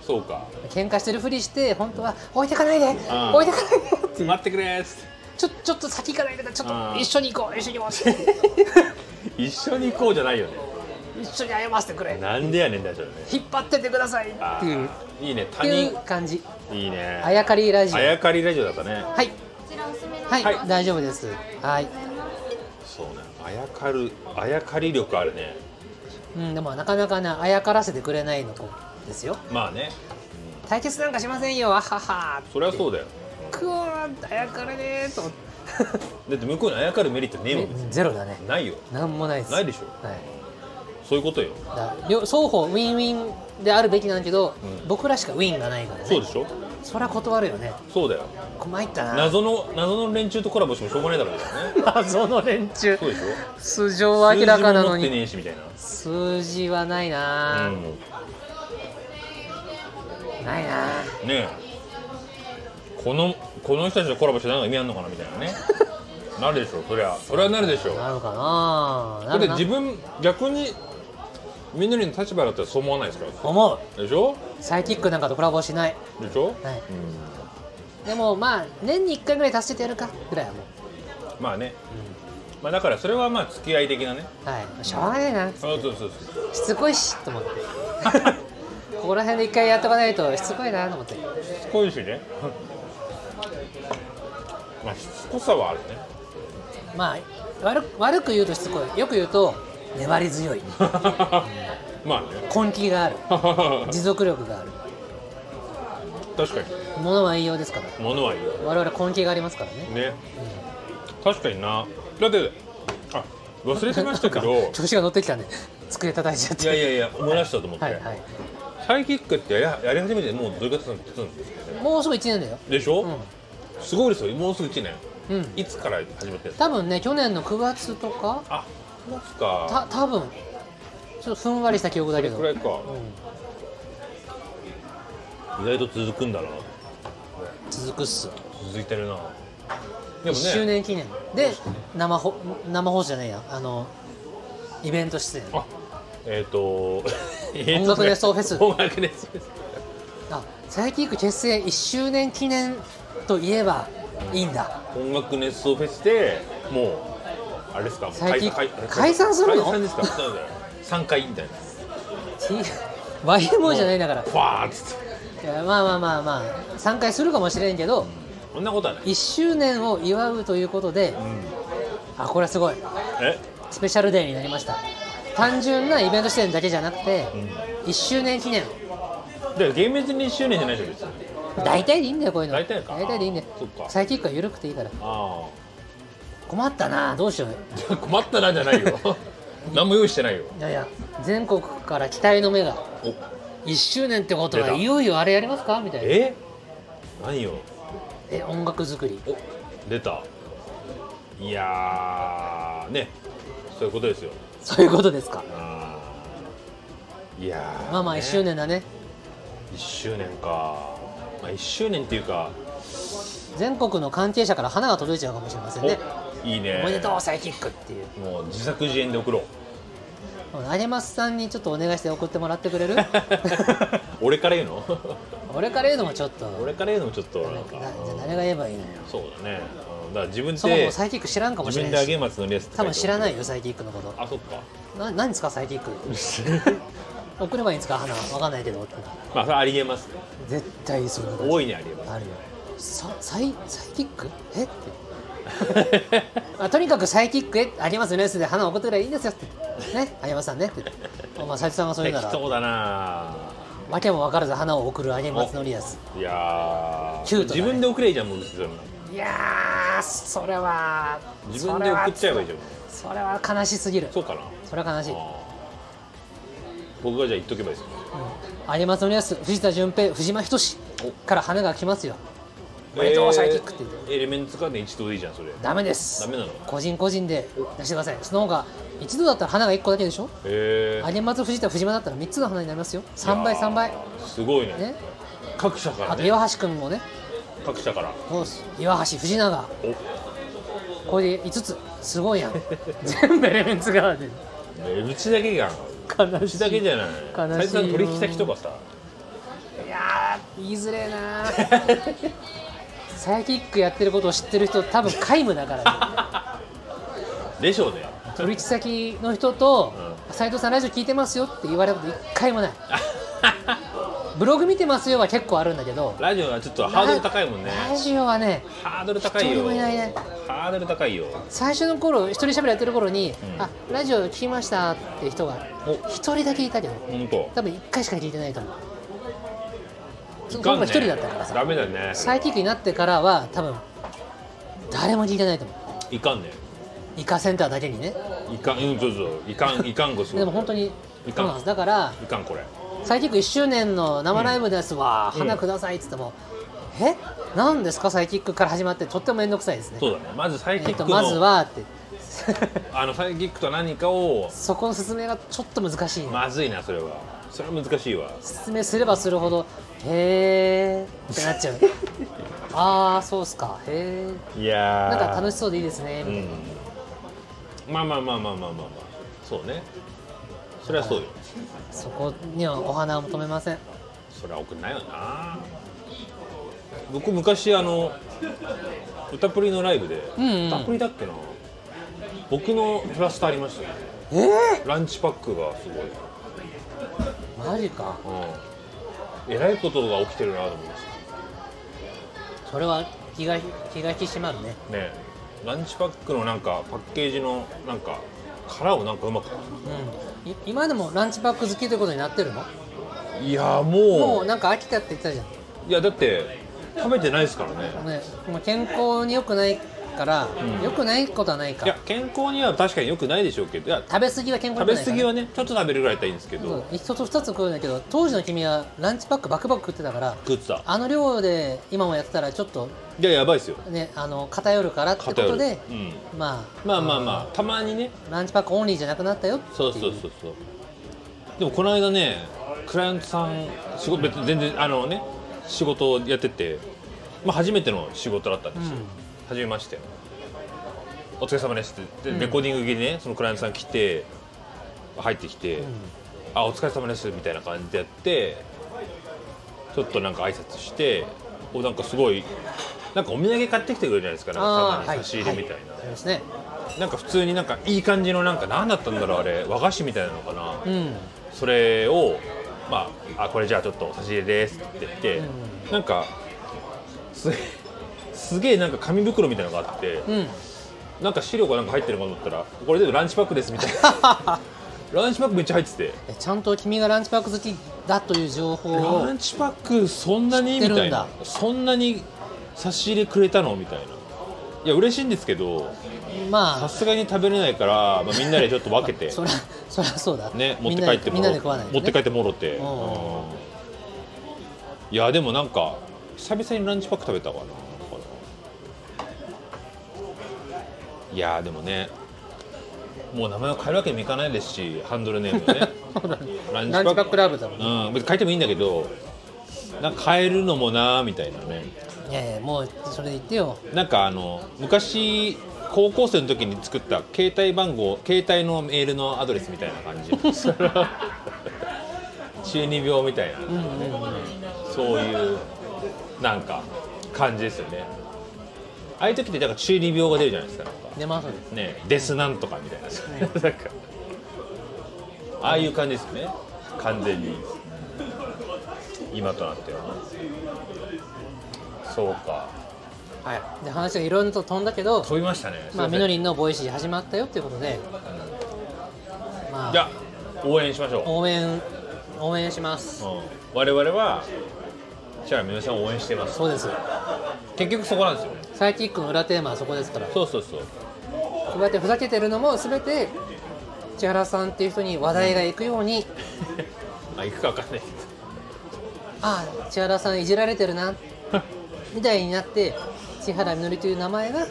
S1: そうか
S2: 喧嘩してるふりして本当は置いてかないで
S1: あ
S2: 置いてかないでって
S1: 待ってくれーっつっ
S2: ちょちょっと先行かないでちょっ
S1: あ
S2: と
S1: ー
S2: 一緒に行こう一緒に行こうって
S1: て一緒に行こうじゃないよね
S2: 一緒に謝らせてくれ
S1: なんでやねんだじゃね
S2: 引っ張っててくださいっていうっ
S1: あーいいね他
S2: てい
S1: 人
S2: う感じ
S1: いいね
S2: あやかりラジオ
S1: あ
S2: はい
S1: やかりラジオだったね
S2: はい、大丈夫ですはい
S1: そうねあやかるあやかり力あるね
S2: うんでもなかなかなあやからせてくれないの子ですよ
S1: まあね
S2: 対決なんかしませんよあはは
S1: そりゃそうだよ
S2: くわーあやからねーと思って
S1: だって向こうにあやかるメリットねえもん別に
S2: ゼロだね
S1: ないよ
S2: なんもないです
S1: ないでしょ
S2: はい
S1: そういうことよ
S2: だから両双方ウィンウィンであるべきなんだけど、
S1: うん
S2: 僕らしかウィンがないからね
S1: そうでしょ
S2: そりゃ断るよね
S1: そうだよ
S2: こ参ったな
S1: 謎の謎の連中とコラボしてもしょうがないだろうけどね
S2: 謎の連中
S1: そうでしょ
S2: 素性は明らかな
S1: 数字も
S2: の
S1: 持って
S2: に
S1: ねえしみたいな
S2: 数字はないな
S1: う
S2: ー、
S1: ん
S2: ないなー
S1: ねえこのこの人たちとコラボしてなんか意味あんのかなみたいな ねなるでしょそりゃそれはなるでしょ
S2: なるかなー
S1: だ
S2: な
S1: って
S2: るな
S1: 自分逆にみのりの立場だったらそう思わないですか
S2: 思う
S1: らでしょ
S2: サイキックなんかとコラボしない
S1: でしょ、
S2: はい
S1: うん
S2: でもまあ年に1回ぐらい達成てやるかぐらいはもう、
S1: まあね、まあ、だからそれはまあ付き合い的なね
S2: はいしょうがないな
S1: そうそうそうそう
S2: しつこいしと思ってここら辺で一回やっとかないとしつこいなと思って
S1: しつこいしねまあしつこさはあるね
S2: まあ悪く悪く言うとしつこいよく言うと粘り強い
S1: まあね
S2: 根気がある
S1: 確
S2: 持続力がある
S1: か
S2: ものは言いようですから
S1: に物はいいよ
S2: 我々根気がありますからね
S1: ね確かになだってあ忘れてましたけ
S2: なん
S1: ど
S2: か調子が乗ってきたんで机叩いちゃ
S1: い
S2: って
S1: やいやいや思い出したと思って、
S2: はいはい
S1: サイキックってややり始めてもうどれくらい経つんですかね
S2: もうすぐ1年だよ
S1: でしょ、
S2: う
S1: すごいですよもうすぐ1年
S2: んうん
S1: いつから始めてるんですか
S2: 多分ね去年の9月とか
S1: あそうですか
S2: た多分ちょっとふんわりした記憶だけど
S1: これくらいか、
S2: うん
S1: 意外と続くんだな
S2: 続くっす
S1: 続いてるなで
S2: 1
S1: もね
S2: 周年記念で生ほ生放送じゃないやあのイベント出演
S1: あえっ、と
S2: 音楽熱奏フェス
S1: 音楽熱奏フェス
S2: あサイキック結成1周年記念といえばいいんだ
S1: 音楽熱奏フェスでもうあれですかもう
S2: 最近
S1: 解解
S2: 解散するの
S1: 解散ですかそうだよ3回みたいな
S2: T- YMO じゃないんだから
S1: ファーっつって
S2: いやまあまあまあまあ3回するかもしれんけど
S1: そんなことはない
S2: 1周年を祝うということであこれはすごい
S1: え
S2: スペシャルデーになりました単純なイベント出演だけじゃなくて
S1: ん
S2: 1周年記念
S1: で厳密に1周年じゃないでしょ別に
S2: 大体でいいんだよこういうの
S1: 大体か
S2: でいいんだよ
S1: あーそっか
S2: サイキックは緩くていいから
S1: あ
S2: 困ったなどうしようよ
S1: あ困ったなじゃない よ何も用意してないよ
S2: いやいや全国から期待の目が
S1: お
S2: 1周年ってことは
S1: 出た
S2: いよいよあれやりますかみたいな
S1: え何よ
S2: え音楽作り
S1: お出たいやーねそういうことですよ
S2: そういうことですか
S1: あーいやー
S2: まあまあ1
S1: ね
S2: 周年だね
S1: 1周年か、まあ、1周年っていうか
S2: 全国の関係者から花が届いちゃうかもしれませんね
S1: おいいね
S2: おめでとうサイキックっていう
S1: もう自作自演で送ろ う
S2: あげますさんにちょっとお願いして送ってもらってく れる
S1: 俺から言うの
S2: 俺から言うのもちょっと
S1: 俺から言うのもちょっと
S2: な
S1: なん
S2: んか
S1: か
S2: なじゃあ誰が言えばいいのよ
S1: そうだねうんだから自分
S2: そもそ
S1: で
S2: もサイキック知らんかもし
S1: 自
S2: れ
S1: 分で
S2: な
S1: あ
S2: いし
S1: げ松のレースって書
S2: 多
S1: いて
S2: 分知らない
S1: 送
S2: よサイキックのこと
S1: るあそっか
S2: な何ですかサイキック送ればいいんですか花わかんないけどって
S1: まあそれありえます
S2: 絶対そんなこと
S1: 大いにありえます
S2: あるよさサイサイキックえってまあ、とにかくサイキックへあげますよねで花を送ってくればいいんですよってねあげますさんねって言ってまあ斉藤さんがそういう
S1: 適
S2: なら
S1: 当だな
S2: わけも分からず花を送るあげますのりやす
S1: いやー
S2: キュートだね
S1: 自分で送ればいいじゃんもう別にそれも
S2: いやーそれは
S1: 自分で送っちゃえばいいじゃん
S2: それは悲しすぎる
S1: そうかな
S2: それは悲しい
S1: あー僕がじゃあ言っとけばいいですよ
S2: 有松のやす藤田純平藤間仁から花が来ますよ
S1: お
S2: めでとうサイキックって言
S1: エ
S2: っ
S1: レメンツかね一度でいいじゃんそれ
S2: ダメです
S1: ダメなの
S2: 個人個人で出してくださいその方が一度だったら花が1個だけでしょ
S1: へえ
S2: 有松藤田藤間だったら3つの花になりますよ3倍3倍
S1: すごいね
S2: ね
S1: 各社から
S2: あと
S1: ね
S2: 岩橋君もね
S1: 各社から
S2: そうっす岩橋藤永
S1: お
S2: これで5つすごいやん 全部エレメンツ側で
S1: えうちだけが
S2: 悲
S1: うちだけじゃない
S2: 悲しい
S1: 斉藤さん取引先とかさ
S2: いやー言いづれえなー サイキックやってることを知ってる人多分皆無 だから、ね、
S1: でしょうね
S2: 取引先の人と「
S1: う
S2: 斉藤さんラジオ聞いてますよ」って言われたこと一回もないブログ見てますよは結構あるんだけど
S1: ラジオはちょっとハードル高いもんね
S2: ラジオはね
S1: ハードル高い
S2: 一人
S1: よ
S2: もいないね
S1: ハードル高いよ
S2: 最初の頃一人喋りやってる頃に「
S1: うん
S2: あラジオ聞きました」って人が
S1: お
S2: 一人だけいたけど
S1: 本当
S2: 多分一回しか聞いてないと思うそ
S1: い
S2: こ
S1: かん
S2: が
S1: ね
S2: 一人だったからさ
S1: ダメだね
S2: サイキックになってからは多分誰も聞いてないと思う
S1: いかんね
S2: イカセンターだけにね
S1: いかんうんそうそういかんいかんこすごい
S2: でも本当に
S1: いかん
S2: そうなんですだから
S1: いかんこれ
S2: サイキック1周年の生ライブですわ、
S1: うん
S2: 花くださいっつっても、えなんですかサイキックから始まってとっても面倒くさいですね
S1: そうだねまずサイキ
S2: え
S1: ッ
S2: っ
S1: ク
S2: と
S1: の、
S2: まずはって
S1: あのサイキックと何かを
S2: そこの説明がちょっと難しい、
S1: まずいなそれはそれは難しいわ
S2: 説明すればするほどへーってなっちゃう ああそうっすかへー
S1: いや
S2: なんか楽
S1: し
S2: しそうでいいですね、
S1: うんまあまあまあまあまあまあまあそうねそれはそうよ
S2: そこにはお花を求めません
S1: それは送んないよな僕昔あの歌プリのライブで、
S2: うんうん
S1: 歌プリだっけな僕のフラスターありましたよ
S2: ええ
S1: ランチパックがすごい、
S2: マジか
S1: うん、えらいことが起きてるなと思いまし
S2: それは気が気が引き締まるね
S1: たねランチパックのなんかパッケージのなんか殻をなんかうまく
S2: うんい今でもランチパック好きということになってるの
S1: いやもう
S2: もうなんか飽きたって言ってたじゃ
S1: いやだって食べてないですからね
S2: ん、ね、もう健康に良くないから、良くないことはない
S1: いや
S2: か
S1: 健康には確かによくないでしょうけどいや
S2: 食べ過ぎは健康
S1: 食
S2: に
S1: べ
S2: 良くないから
S1: 過ぎはねちょっと食べるぐらいだったらいいんですけ
S2: そう
S1: ど
S2: 一つ二つ食うんだけど当時の君はランチパックバクバク食ってたから
S1: 食ってた
S2: あの量で今もやってたらちょっと
S1: いややばいですよ
S2: ねあの偏るからってこ
S1: 偏
S2: と
S1: る
S2: で、
S1: うん
S2: まあ
S1: まあまあまあたまにね
S2: ランチパックオンリーじゃなくなったよっていう
S1: そうそうそうそうでもこの間ねクライアントさんすごい別に全然あのね仕事をやってて、まあ、初めての仕事だったんですよ、
S2: うん
S1: 初めましてお疲れ様ですって言ってレコーディング着にねそのクライアントさん来て入ってきて、あお疲れ様ですみたいな感じでやってちょっとなんか挨拶しておなんかすごいなんかお土産買ってきてくれるじゃないですかなんかたまに差し入れみたいな、
S2: はありますね
S1: なんか普通になんかいい感じのなんか何だったんだろうあれ和菓子みたいなのかな、
S2: うん
S1: それをまああこれじゃあちょっと差し入れですって言って、なんかす すげえなんか紙袋みたいなのがあって、
S2: うん
S1: なんか資料がなんか入ってるかと思ったらこれでランチパックですみたいなランチパックめっちゃ入ってて
S2: えちゃんと君がランチパック好きだという情報を
S1: ランチパックそんなに
S2: 知って
S1: み
S2: るんだ
S1: たいなそんなに差し入れくれたのみたいないや嬉しいんですけど
S2: ま
S1: さ
S2: あ
S1: すがに食べれないから、まあ、みんなでちょっと分けて
S2: そりゃそりゃそうだ
S1: ね、持って帰っても
S2: み
S1: ろ
S2: んなでみんなで食わないとね
S1: 持って帰ってもろて、
S2: うん
S1: うんいやでもなんか久々にランチパック食べたかなこれいやでもねもう名前を変えるわけにもいかないですしハンドルネームを ねラ
S2: ランチパックラブだもんね
S1: うん別に変えてもいいんだけどなんか変えるのもなーみたいなね
S2: いやいやもうそれで言ってよ
S1: なんかあの昔高校生の時に作った携帯番号携帯のメールのアドレスみたいな 感じ中二病みたいな、そういうなんか感じですよねああいう時ってだから中二病が出るじゃないですかなんか
S2: 出ます
S1: ねデスなんとかみたいな、なんかああいう感じですよね完全に今となってはそうか
S2: はいで話がいろいろと飛んだけど
S1: 飛びましたね
S2: まあ
S1: すいせ
S2: み
S1: ん
S2: のりんのボイシー始まったよっていうことでま
S1: じゃ
S2: あ
S1: あ応援しましょ
S2: 応援応援します
S1: う、うん、我々はじゃあ皆さんを応援してます
S2: そうです
S1: 結局そこなんですよね
S2: サイキックの裏テーマはそこですから
S1: そうそうそう
S2: こうやってふざけてるのも全て千原さんっていう人に話題がいくように、
S1: あ行くか分かんないけ
S2: ああ千原さんいじられてるなみたいになって千原みのりという名前が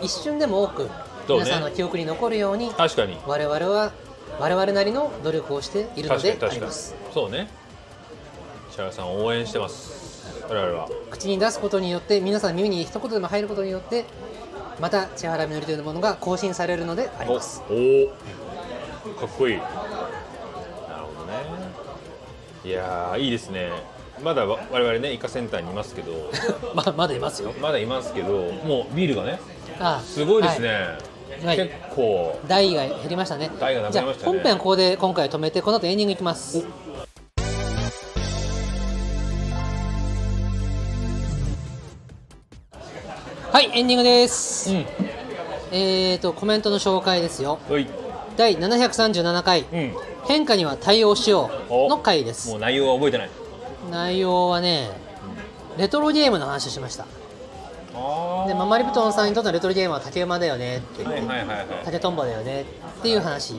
S2: 一瞬でも多く
S1: そうね
S2: 皆さんの記憶に残るように
S1: ど確かに
S2: 我々は我々なりの努力をしているの
S1: 確かに
S2: であ
S1: 確
S2: り
S1: か
S2: ま
S1: に
S2: す
S1: そうねシャラさんを応援してます我々は
S2: 口に出すことによって皆さん耳に一言でも入ることによってまた千原みのりというものが更新されるのであり
S1: おお
S2: ます
S1: ーかっこいいなるほどねいやーいいですねまだわ我々ねイカセンターにいますけ ど
S2: まあまだいますよ
S1: まだいますけどもうビールがね
S2: ああ
S1: すごいですね、
S2: ははい
S1: 結構
S2: 台が減りましたね
S1: 台がなく
S2: じ
S1: な
S2: ゃ
S1: り
S2: あ
S1: ましたね
S2: 本編はここで今回止めてこの後エンディングいきますはいエンディングです、
S1: うん
S2: えーとコメントの紹介ですよ
S1: はい
S2: 第737回、
S1: うん
S2: 変化には対応しよう
S1: お
S2: の回です
S1: もう内容は覚えてない
S2: 内容はねレトロゲームの話をしました
S1: あ
S2: でママリブトンさんにとってのレトロゲームは竹馬だよねって
S1: はいはいはいはい
S2: 竹とんぼだよねっていう話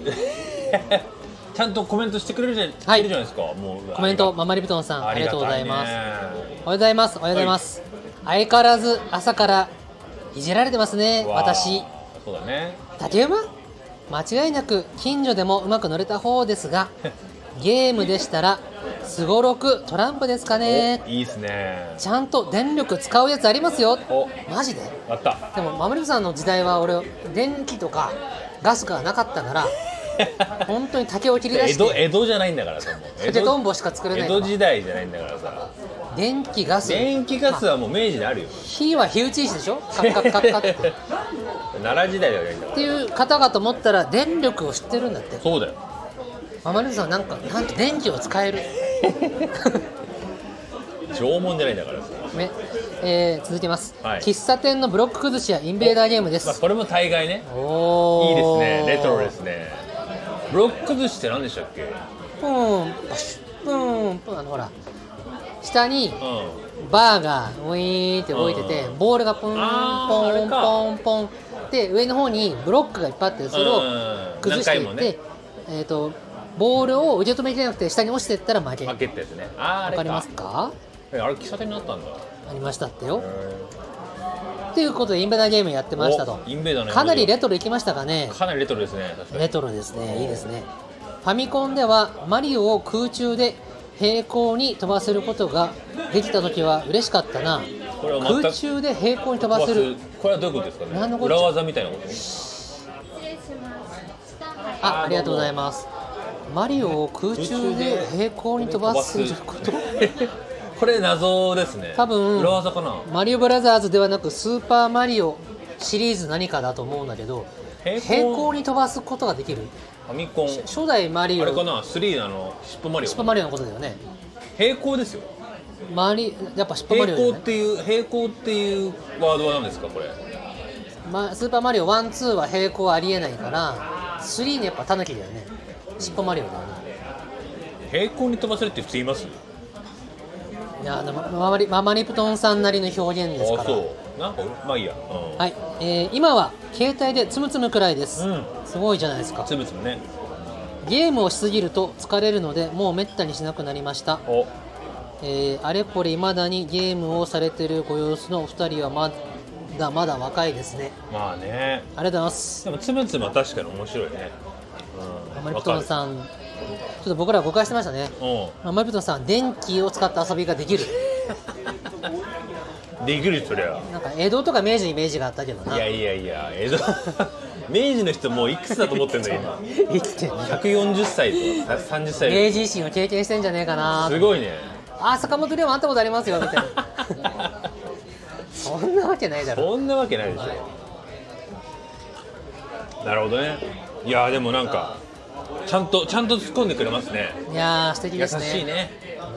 S1: ちゃんとコメントしてくれるじゃ,、
S2: はい
S1: い、るじゃないですかもう
S2: コメントママリブトンさんありがとうございます
S1: す
S2: おはようございます。おはようございます。相変わらず朝からいじられてますね。私、
S1: そうだね
S2: 竹馬間違いなく近所でもうまく乗れた方で すが、ゲームでしたらすごろくトランプですかね
S1: お。いいですね
S2: ちゃんと電力使うやつありますよ。
S1: お
S2: マジで
S1: や った
S2: でもマムリブさんの時代は俺電気とかガスがなかっ たから、本当に竹を切り出
S1: 江
S2: し
S1: 戸
S2: て
S1: 江戸じゃないんだからさもう 江
S2: 竹
S1: 戸
S2: とんぼしか作れ
S1: 江
S2: ないか
S1: 戸
S2: ら。
S1: 時代じゃないんだからさ
S2: 電気ガス
S1: 電気ガスはもう明治であるよ
S2: 火は火打ち石でしょ。カッカッカッカッって。
S1: 奈良時代ではないんだか
S2: って
S1: ら
S2: いう方かと思ったら電力を知ってるんだって
S1: そうだよ
S2: ママルさんなんかなんと電気を使え る
S1: 縄文じゃないんだからさ、
S2: ねえー続きます、
S1: はい
S2: 喫茶店のブロック崩しやインベーダーゲームで
S1: まあ、
S2: す
S1: これも大概ね
S2: おお
S1: いいですねレトロですねブロック寿司って何でしたっけうん
S2: プーンパシュプーンプーンあのほら下にバーがウィーンって動いてて
S1: う
S2: ボールがポン
S1: あ
S2: ポ
S1: ー
S2: ンポ
S1: あ
S2: ンポンで上の方にブロックがいっぱいあってそれを
S1: うん
S2: 崩してい
S1: 何
S2: って、
S1: 回
S2: えっ、とボールを受け止めきれなくて下に落ちていったら負け
S1: 負
S2: わ
S1: けってやつねあーあれ
S2: かりますか
S1: えあれ喫茶店になったんだ
S2: ありましたってよ。ということでインベーダーゲームやってましたと
S1: おインベーダーの
S2: かなりレ
S1: レ
S2: トロいきましたかね
S1: かなりレトロですね確かに
S2: レトロですねいいですねファミコンではマリオを空中で平行に飛ばせることができた時は嬉しかったな
S1: これは全く
S2: 空中で平行に飛ばせる
S1: これはどういうことですか
S2: 何
S1: ね
S2: のこっちゃ
S1: 裏技みたいなこと
S4: 失礼します。時間早い
S2: あありがとうございますマリオを空中で平行に飛ばせ る こと
S1: これ謎ですね
S2: 多分
S1: 裏技かな
S2: マリオブラザーズではなくスーパーマリオシリーズ何かだと思うんだけど
S1: 平
S2: 平
S1: 行
S2: 行に飛ばすことができる
S1: ファミコン
S2: 初代マリ
S1: あれか
S2: オ
S1: な3のあの尻尾マリ
S2: スーパー
S1: オ
S2: マリオのことだよね
S1: 平行ですよ
S2: マリやっぱスーパーマ
S1: 平
S2: リオ
S1: 行
S2: じゃない
S1: っていう平行っていうワードは何ですかこれ
S2: ま、スーパーマリオ1、2は平行ありえないから、3にやっぱタヌキだよね。尻尾マリオだよね。
S1: 平行に飛ばせるって普通言います
S2: いや、あのまママリママリプトンさんなりの表現ですか
S1: あ
S2: ら。
S1: そうなんかまあいいやうん、
S2: はい、えー今は携帯でつむつむくらいです、
S1: うん
S2: すごいじゃないですか
S1: つ。ぶつぶね
S2: ゲームをしすぎると疲れるので、もうめったにしなくなりました。
S1: お
S2: えーあれこれ未だにゲームをされてるご様子のお二人はまだまだ若いですね。
S1: まあね
S2: ありがとうございます。
S1: でもつぶつぶは確かに面白いね
S2: ママリプトンさん、ちょっと僕ら誤解してましたね。
S1: うん
S2: まあマリプトンさん、電気を使った遊びができる。
S1: できるそりゃ
S2: なんか江戸とか明治にイメージがあったけどない
S1: やいやいや江戸 明治の人もういくつだと思ってんの今
S2: 生きてる
S1: 140歳とかさ30歳
S2: 明治維新を経験してんじゃねえかな
S1: すごいね
S2: あ坂本龍馬あったことありますよみたいなそんなわけないだろ
S1: そんなわけないでしょなるほどねいやでもなんかちゃんとちゃんと突っ込んでくれますね
S2: いやー素敵
S1: 優
S2: で
S1: し
S2: すね
S1: いね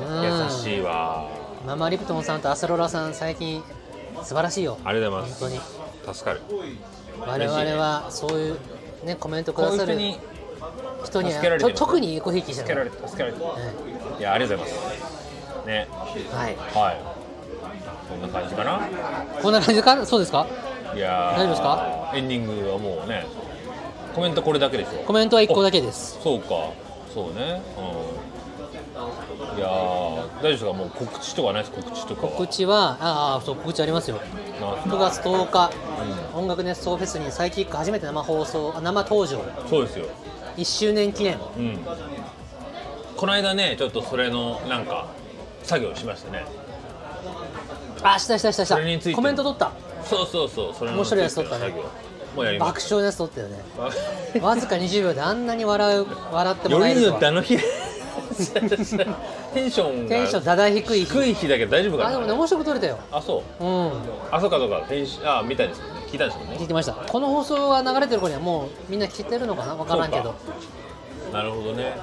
S2: うん
S1: 優しいわ
S2: ママリプトンさんとアセロラさん最近素晴らしいよ
S1: ありがとうございます
S2: 本
S1: 助かる
S2: 我々はそういうねコメントく
S1: こ
S2: だ
S1: ういう
S2: さ
S1: 人
S2: る
S1: に
S2: 人には
S1: 助けられてる
S2: と特にエコひいきじゃ
S1: 助け
S2: な
S1: ら
S2: い、
S1: れて助けられて
S2: う
S1: いやありがとうございますね
S2: んはい
S1: はいこんな感じかな
S2: こんな感じかそうですか
S1: いやー
S2: 大丈夫ですか
S1: エンディングはもうねコメントこれだけでしょ
S2: コメントは1個だけです
S1: そうかそうねうんいやー大丈夫ですかもう告知とかないです告知とかは
S2: 告知はああそう告知ありますよ
S1: なんす
S2: 9
S1: か
S2: 月10日、音楽熱奏フェスにサイキック初めて生放送あ生登場
S1: そうですよ
S2: 1周年記念
S1: うんこの間ねちょっとそれのなんか作業しましたね
S2: あしたしたしたし
S1: それについて
S2: たコメント取った
S1: そうそうそうそれの
S2: 面白いやつ撮ったね
S1: 作業もうやりま
S2: 爆
S1: す
S2: 笑のやつ取ったよねわずか20秒であんなに笑う笑っても
S1: よ
S2: らえ
S1: り
S2: る
S1: に
S2: と
S1: よ
S2: は
S1: ってあの日 テンションが
S2: テンションだだ低い
S1: 低い日だけど大丈夫か
S2: あ
S1: な
S2: でもね面白く撮れたよ
S1: あそう
S2: うん
S1: あそうかそうか編集あ見たんですもんね聞いたんですもん
S2: 聞い
S1: ね
S2: てましたこの放送が流れてる頃にはもうみんな聞いてるのかな分からんけど
S1: なるほどね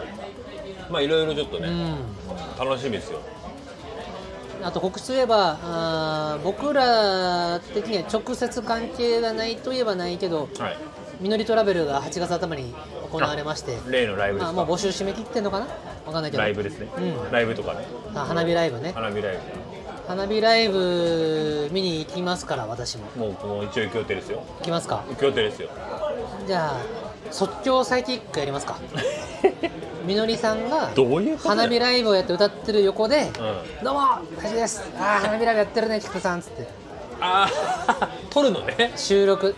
S1: まあいろいろちょっと
S2: う
S1: ね、
S2: ん
S1: 楽しみですよ
S2: あと告知といえばあー僕ら的には直接関係がないといえばないけど
S1: はい
S2: みのりトラベルが8月頭に行われまして
S1: 例のライブです
S2: まあ、
S1: か
S2: もう募集締め切ってんのかなわかんないけど
S1: ライブですね、
S2: うん
S1: ライブとかね
S2: あ花火ライブね
S1: 花火ライ
S2: 花火ライブ見に行きますから私も
S1: ブもうもう一応行く予定ですよ
S2: 行きますか
S1: 行く予定ですよ
S2: じゃあ即興サイキックやりま すかみのりさんが
S1: どういうことだ
S2: 花
S1: よ
S2: 火ライブをやって歌ってる横で
S1: う
S2: 「どうもはじですあー花火ライブやってるね菊さん」っつって
S1: んああ 撮るのね
S2: 収録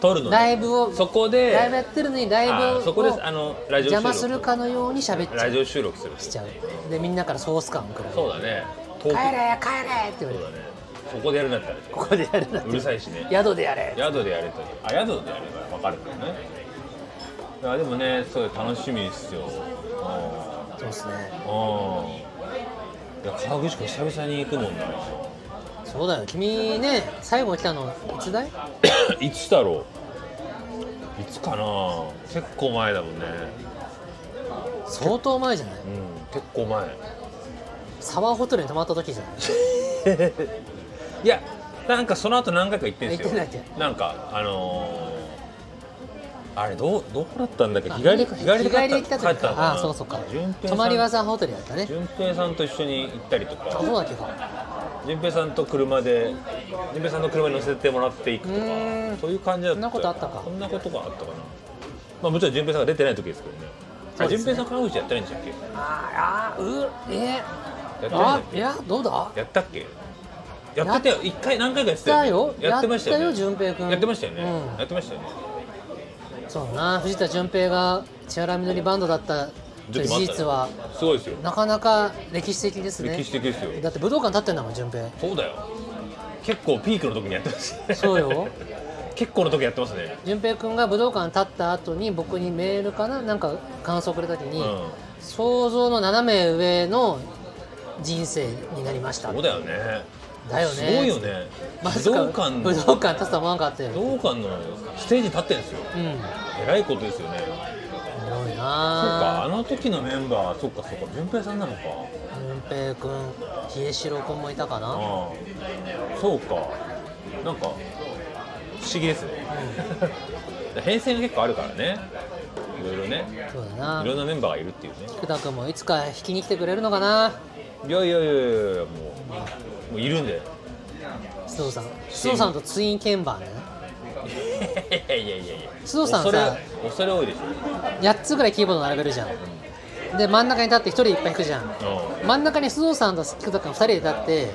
S1: 撮るのね
S2: ライブを
S1: そこで
S2: ライブやってるのにライ
S1: あー
S2: ブ
S1: そこ
S2: を
S1: ですあのラジオ収録
S2: 邪魔するかのように喋っちゃ
S1: ラジ
S2: う
S1: オ収録する
S2: しちゃうでみんなからソース感をくらう
S1: そうだね遠く
S2: 帰れ
S1: そ
S2: 帰れ!」って言わ
S1: う
S2: れる
S1: だねそこでやるんだったらね
S2: ここでやるな
S1: うるさいしね
S2: 宿でやれ
S1: 宿でやれとあ宿でやれば分かるからねいやでもねすごい楽しみですようん
S2: そうですね
S1: うんいや川口君久々に行くもんな
S2: そうだよ君ね最後来たのいつだい
S1: いつだろういつかな結構前だもんね
S2: 相当前じゃない
S1: うん結構前
S2: サワーホテルに泊まった時じゃない
S1: いやなんかその後何回か行ってんですよ
S2: 行ってんだっ
S1: なんかあのーあれどうどこだったんだっ け日帰りか
S2: あ
S1: 日帰りで帰
S2: 日帰
S1: った
S2: りで来た
S1: 帰
S2: 時
S1: ったのかな
S2: あそうそうか
S1: 順平さ
S2: 泊
S1: ん
S2: まりはさんホテルやったね
S1: 順平さんと一緒に行ったりと
S2: あ
S1: か
S2: そうだっけか
S1: 順平さんと車で順平さんの車に乗せてもらっていくとか
S2: うーん
S1: そういう感じだった
S2: そんなことあったか
S1: そんなことがあったかなまあもちろん順平さんが出てない時ですけどね
S2: そうで
S1: 順
S2: す
S1: 平
S2: ね
S1: さん川口やってないんでしたっけや
S2: ああうえ
S1: ってないん
S2: あ
S1: だっ
S2: い
S1: け
S2: やどうだ
S1: やったっけやってたよ一回何回かやってたよ
S2: やったよ
S1: やってましたよね
S2: やったよ順平君
S1: やってましたよね、
S2: うん
S1: やってましたよね
S2: そうだな藤田淳平が千原みのりバンドだったという事実は
S1: すごいですよ
S2: なかなか歴史的ですね
S1: 歴史的ですよ
S2: だって武道館立ってんだもん順平
S1: そうだよ結構ピークの時にやってますね
S2: そうよ
S1: 結構の時やってますね
S2: 順平君が武道館立った後に僕にメールかななんか感想くれた時に、
S1: うん
S2: 想像の斜め上の人生になりました
S1: そうだよね
S2: だよね
S1: すごいよね
S2: ま
S1: 武
S2: さ
S1: 道
S2: か
S1: 館の
S2: 武道館立つと思わんかったよ
S1: 武道館のステージに立ってんですよ
S2: うん
S1: えらいことですよね
S2: すごい
S1: そうかあ
S2: な
S1: の時のメンバーそっかそっか順平さんなのか
S2: 順平君冷えしろ君もいたかな
S1: ああそうかなんか不思議ですね 編成が結構あるからねいろいろね
S2: そうだ
S1: い
S2: な
S1: ろんなメンバーがいるっていうね
S2: 福田君もいつか引きに来てくれるのかない
S1: やいやいやいやもうもういるんだよ
S2: 須藤さん須藤さんとツイン鍵盤ね
S1: いやいやいやいや
S2: 須藤さんさ
S1: 恐れ恐れ多いでしょ
S2: 8つぐらいキーボード並べるじゃんで真ん中に立って1人いっぱい弾くじゃん
S1: う
S2: 真ん中に須藤さんと福田君2人で立って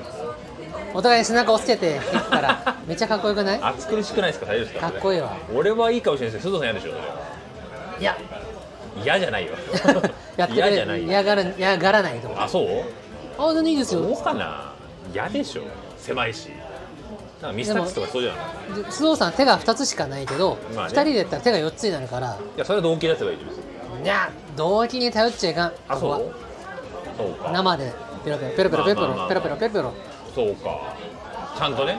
S2: お互いに背中をつけて弾くから めっちゃかっこよくない
S1: ん暑苦しくないですか大丈夫です
S2: か
S1: か
S2: っこいいわ
S1: 俺はいいかもしれないですけど須藤さん嫌でしょ
S2: いや
S1: それ嫌じゃ ないよ
S2: やってく
S1: 嫌
S2: れ
S1: じゃないよ
S2: 嫌がら嫌がらないとか
S1: あそう
S2: あ全然いいです
S1: どう
S2: よ
S1: かな嫌でしょ狭いしなんかミスタックスとかそうじゃない
S2: で須藤さん手が2つしかないけど、
S1: まあね
S2: 2人でやったら手が4つになるから
S1: いやそれは動機出せばいいです
S2: いや動機に頼っちゃいかん
S1: あ
S2: ここは
S1: そうそうか
S2: 生でペロペロペロペロペロペ
S1: まあまあま
S2: ロ
S1: あ
S2: ペロペロペロペロ
S1: そうかちゃんとね、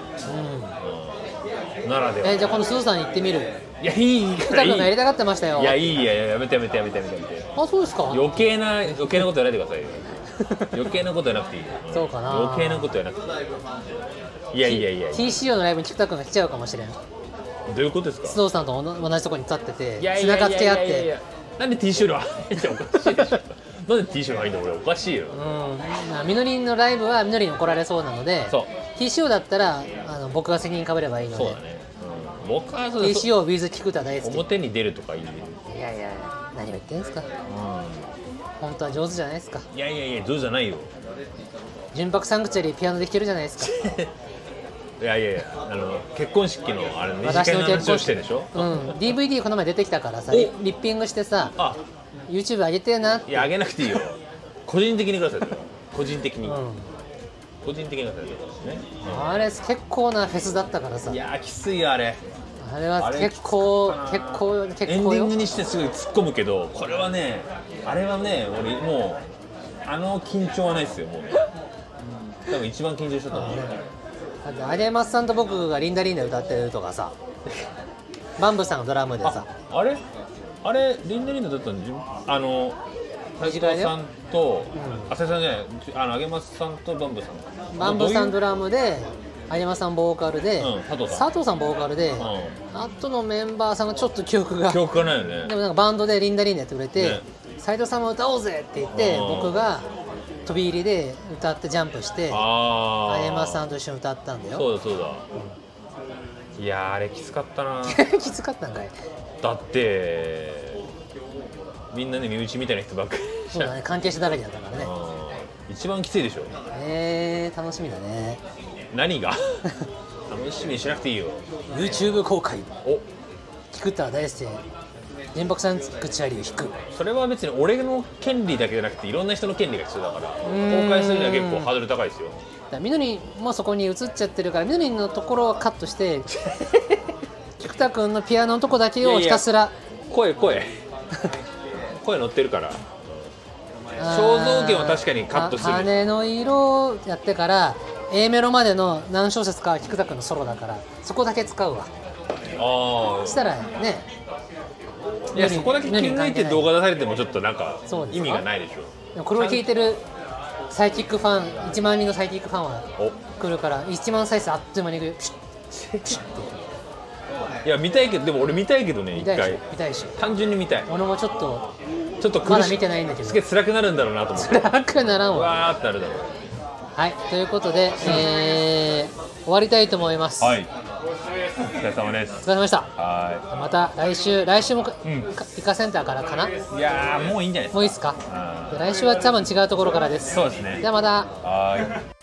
S1: うん、ならでは
S2: えーじゃあ今度須藤さんに行ってみる
S1: いやいいいい
S2: 福
S1: から
S2: 田
S1: いい
S2: 君がやりたがってましたよ
S1: いやいいやいややめてやめてやめてやめてやめて
S2: あそうですか
S1: 余計な余計なことやらないでくださいよ余計なことやらなくていいよん
S2: そうかな
S1: 余計なことやらなくていいいやいやいや
S2: TCO のライブに菊田君が来ちゃうかもしれん
S1: どういうことですか
S2: 須藤さんと同同じとこに立ってて
S1: いや
S2: 背
S1: いやいや
S2: 中
S1: い
S2: つ
S1: や
S2: け合っ
S1: いやい
S2: て
S1: やなんで T シャツは入っておかしいでしょ なんで T シャツ入んの俺おかしいよ
S2: うんまあみのりんのライブはみのりんに怒られそうなので
S1: そう
S2: TCO だったらあの僕が責任かぶればいいので
S1: そうだね、うん、もう一回そ
S2: TCO with 菊田大好き
S1: 表に出るとかいいね
S2: いやいや何を言ってんすか本当は上手じゃないですか
S1: いやいやいやそうじゃないよ
S2: 純白サンクチュアリピアノできてるじゃないですか
S1: いやいやいやあの結婚式のあれ二次会の話をしてるでしょ
S2: うん DVD この前出てきたからさ
S1: お
S2: リリッピングしてさ
S1: あ
S2: YouTube 上げてなって
S1: いやあげなくていいよ個人的にくださいそれは個人的に、
S2: うん
S1: 個人的にくださいそれはね
S2: あれ結構なフェスだったからさ
S1: いやーきついよあれ
S2: あれは結構
S1: あれ
S2: 結
S1: きつかったな
S2: 構結
S1: エン
S2: 構
S1: ディング
S2: よ
S1: にしてすごい突っ込むけどこれはねあれはね俺もうあの緊張はないですよもうね多分一番緊張したと思う
S2: だって有山さんと僕が「リンダリンダ」歌ってるとかさ バンブさんがドラムでさ
S1: ああれあれリンダリンダだったの自分あの斉藤
S2: 短いね
S1: さんと、あ斉藤さんじゃないあの揚げ松さんとバンブーさん
S2: バンブさん
S1: ど
S2: ドラムで有山さんボーカルで、
S1: うん佐藤さん
S2: さんボーカルで、
S1: ういう、
S2: あとのメンバーさんがちょっと記憶が
S1: うん、記憶がないよね
S2: でもなんかバンドで「リンダリンダ」やってくれて
S1: ね
S2: 「斎、藤さんも歌おうぜ!」って言って
S1: うん
S2: 僕が飛び入りで歌ってジャンプして
S1: ああ
S2: 有山さんと一緒に歌ったんだよ
S1: そうだそうだ、いやーあれきつかった な
S2: きつかったんかい
S1: だってみんなね身内みたいな人ばっかり
S2: そうだね関係者だらけだったからね
S1: うん一番きついでしょ
S2: えー、楽しみだね
S1: 何 が楽しみにしなくていいよ
S2: YouTube 公開
S1: お
S2: 菊田大輔原爆さんクチャリを弾く
S1: それは別に俺の権利だけじゃなくていろんな人の権利が必要だから
S2: ーん
S1: 公開するには結構ハードル高いですよ
S2: だからみのりんもそこに映っちゃってるからみのりんのところをカットして 菊田君のピアノのとこだけ
S1: いやい
S2: を
S1: や
S2: ひたすら
S1: 声声 声乗ってるから
S2: あー
S1: 肖像権は確かにカットする
S2: あ羽の色をやってから A メロまでの何小節かは菊田君のソロだからそこだけ使うわ
S1: あ
S2: そしたらね
S1: あいやそこだけ切り抜いて動画出されてもちょっとなんか
S2: そうです
S1: 意
S2: か
S1: 味がないでしょ
S2: でもこれを聞いてるサイキックファン1万人のサイキックファンは
S1: お
S2: 来るから1万再生あっという間にいくよピシュッピシュッて
S1: いや見たいけどでも俺見たいけどね
S2: 見
S1: 一
S2: たいでし
S1: 回
S2: ょ見たいでしょ
S1: 単純に見たい
S2: 俺もちょっと
S1: ちょっと苦し
S2: まだ見てないんだけど
S1: すげえ辛くなるんだろうなと思って
S2: 辛くならん
S1: う
S2: わ
S1: わーってなるだろう
S2: はいということで、えー終わりたいと思います、
S1: はいお疲れ様です
S2: お疲れ様でした
S1: は
S2: また来週来週もか、
S1: ん
S2: かイカセンターからかな
S1: ーいいやーもういいんじゃないです
S2: もういいですか
S1: かうん
S2: で来週は多分違うところからです
S1: そうですね
S2: ではまた
S1: はーい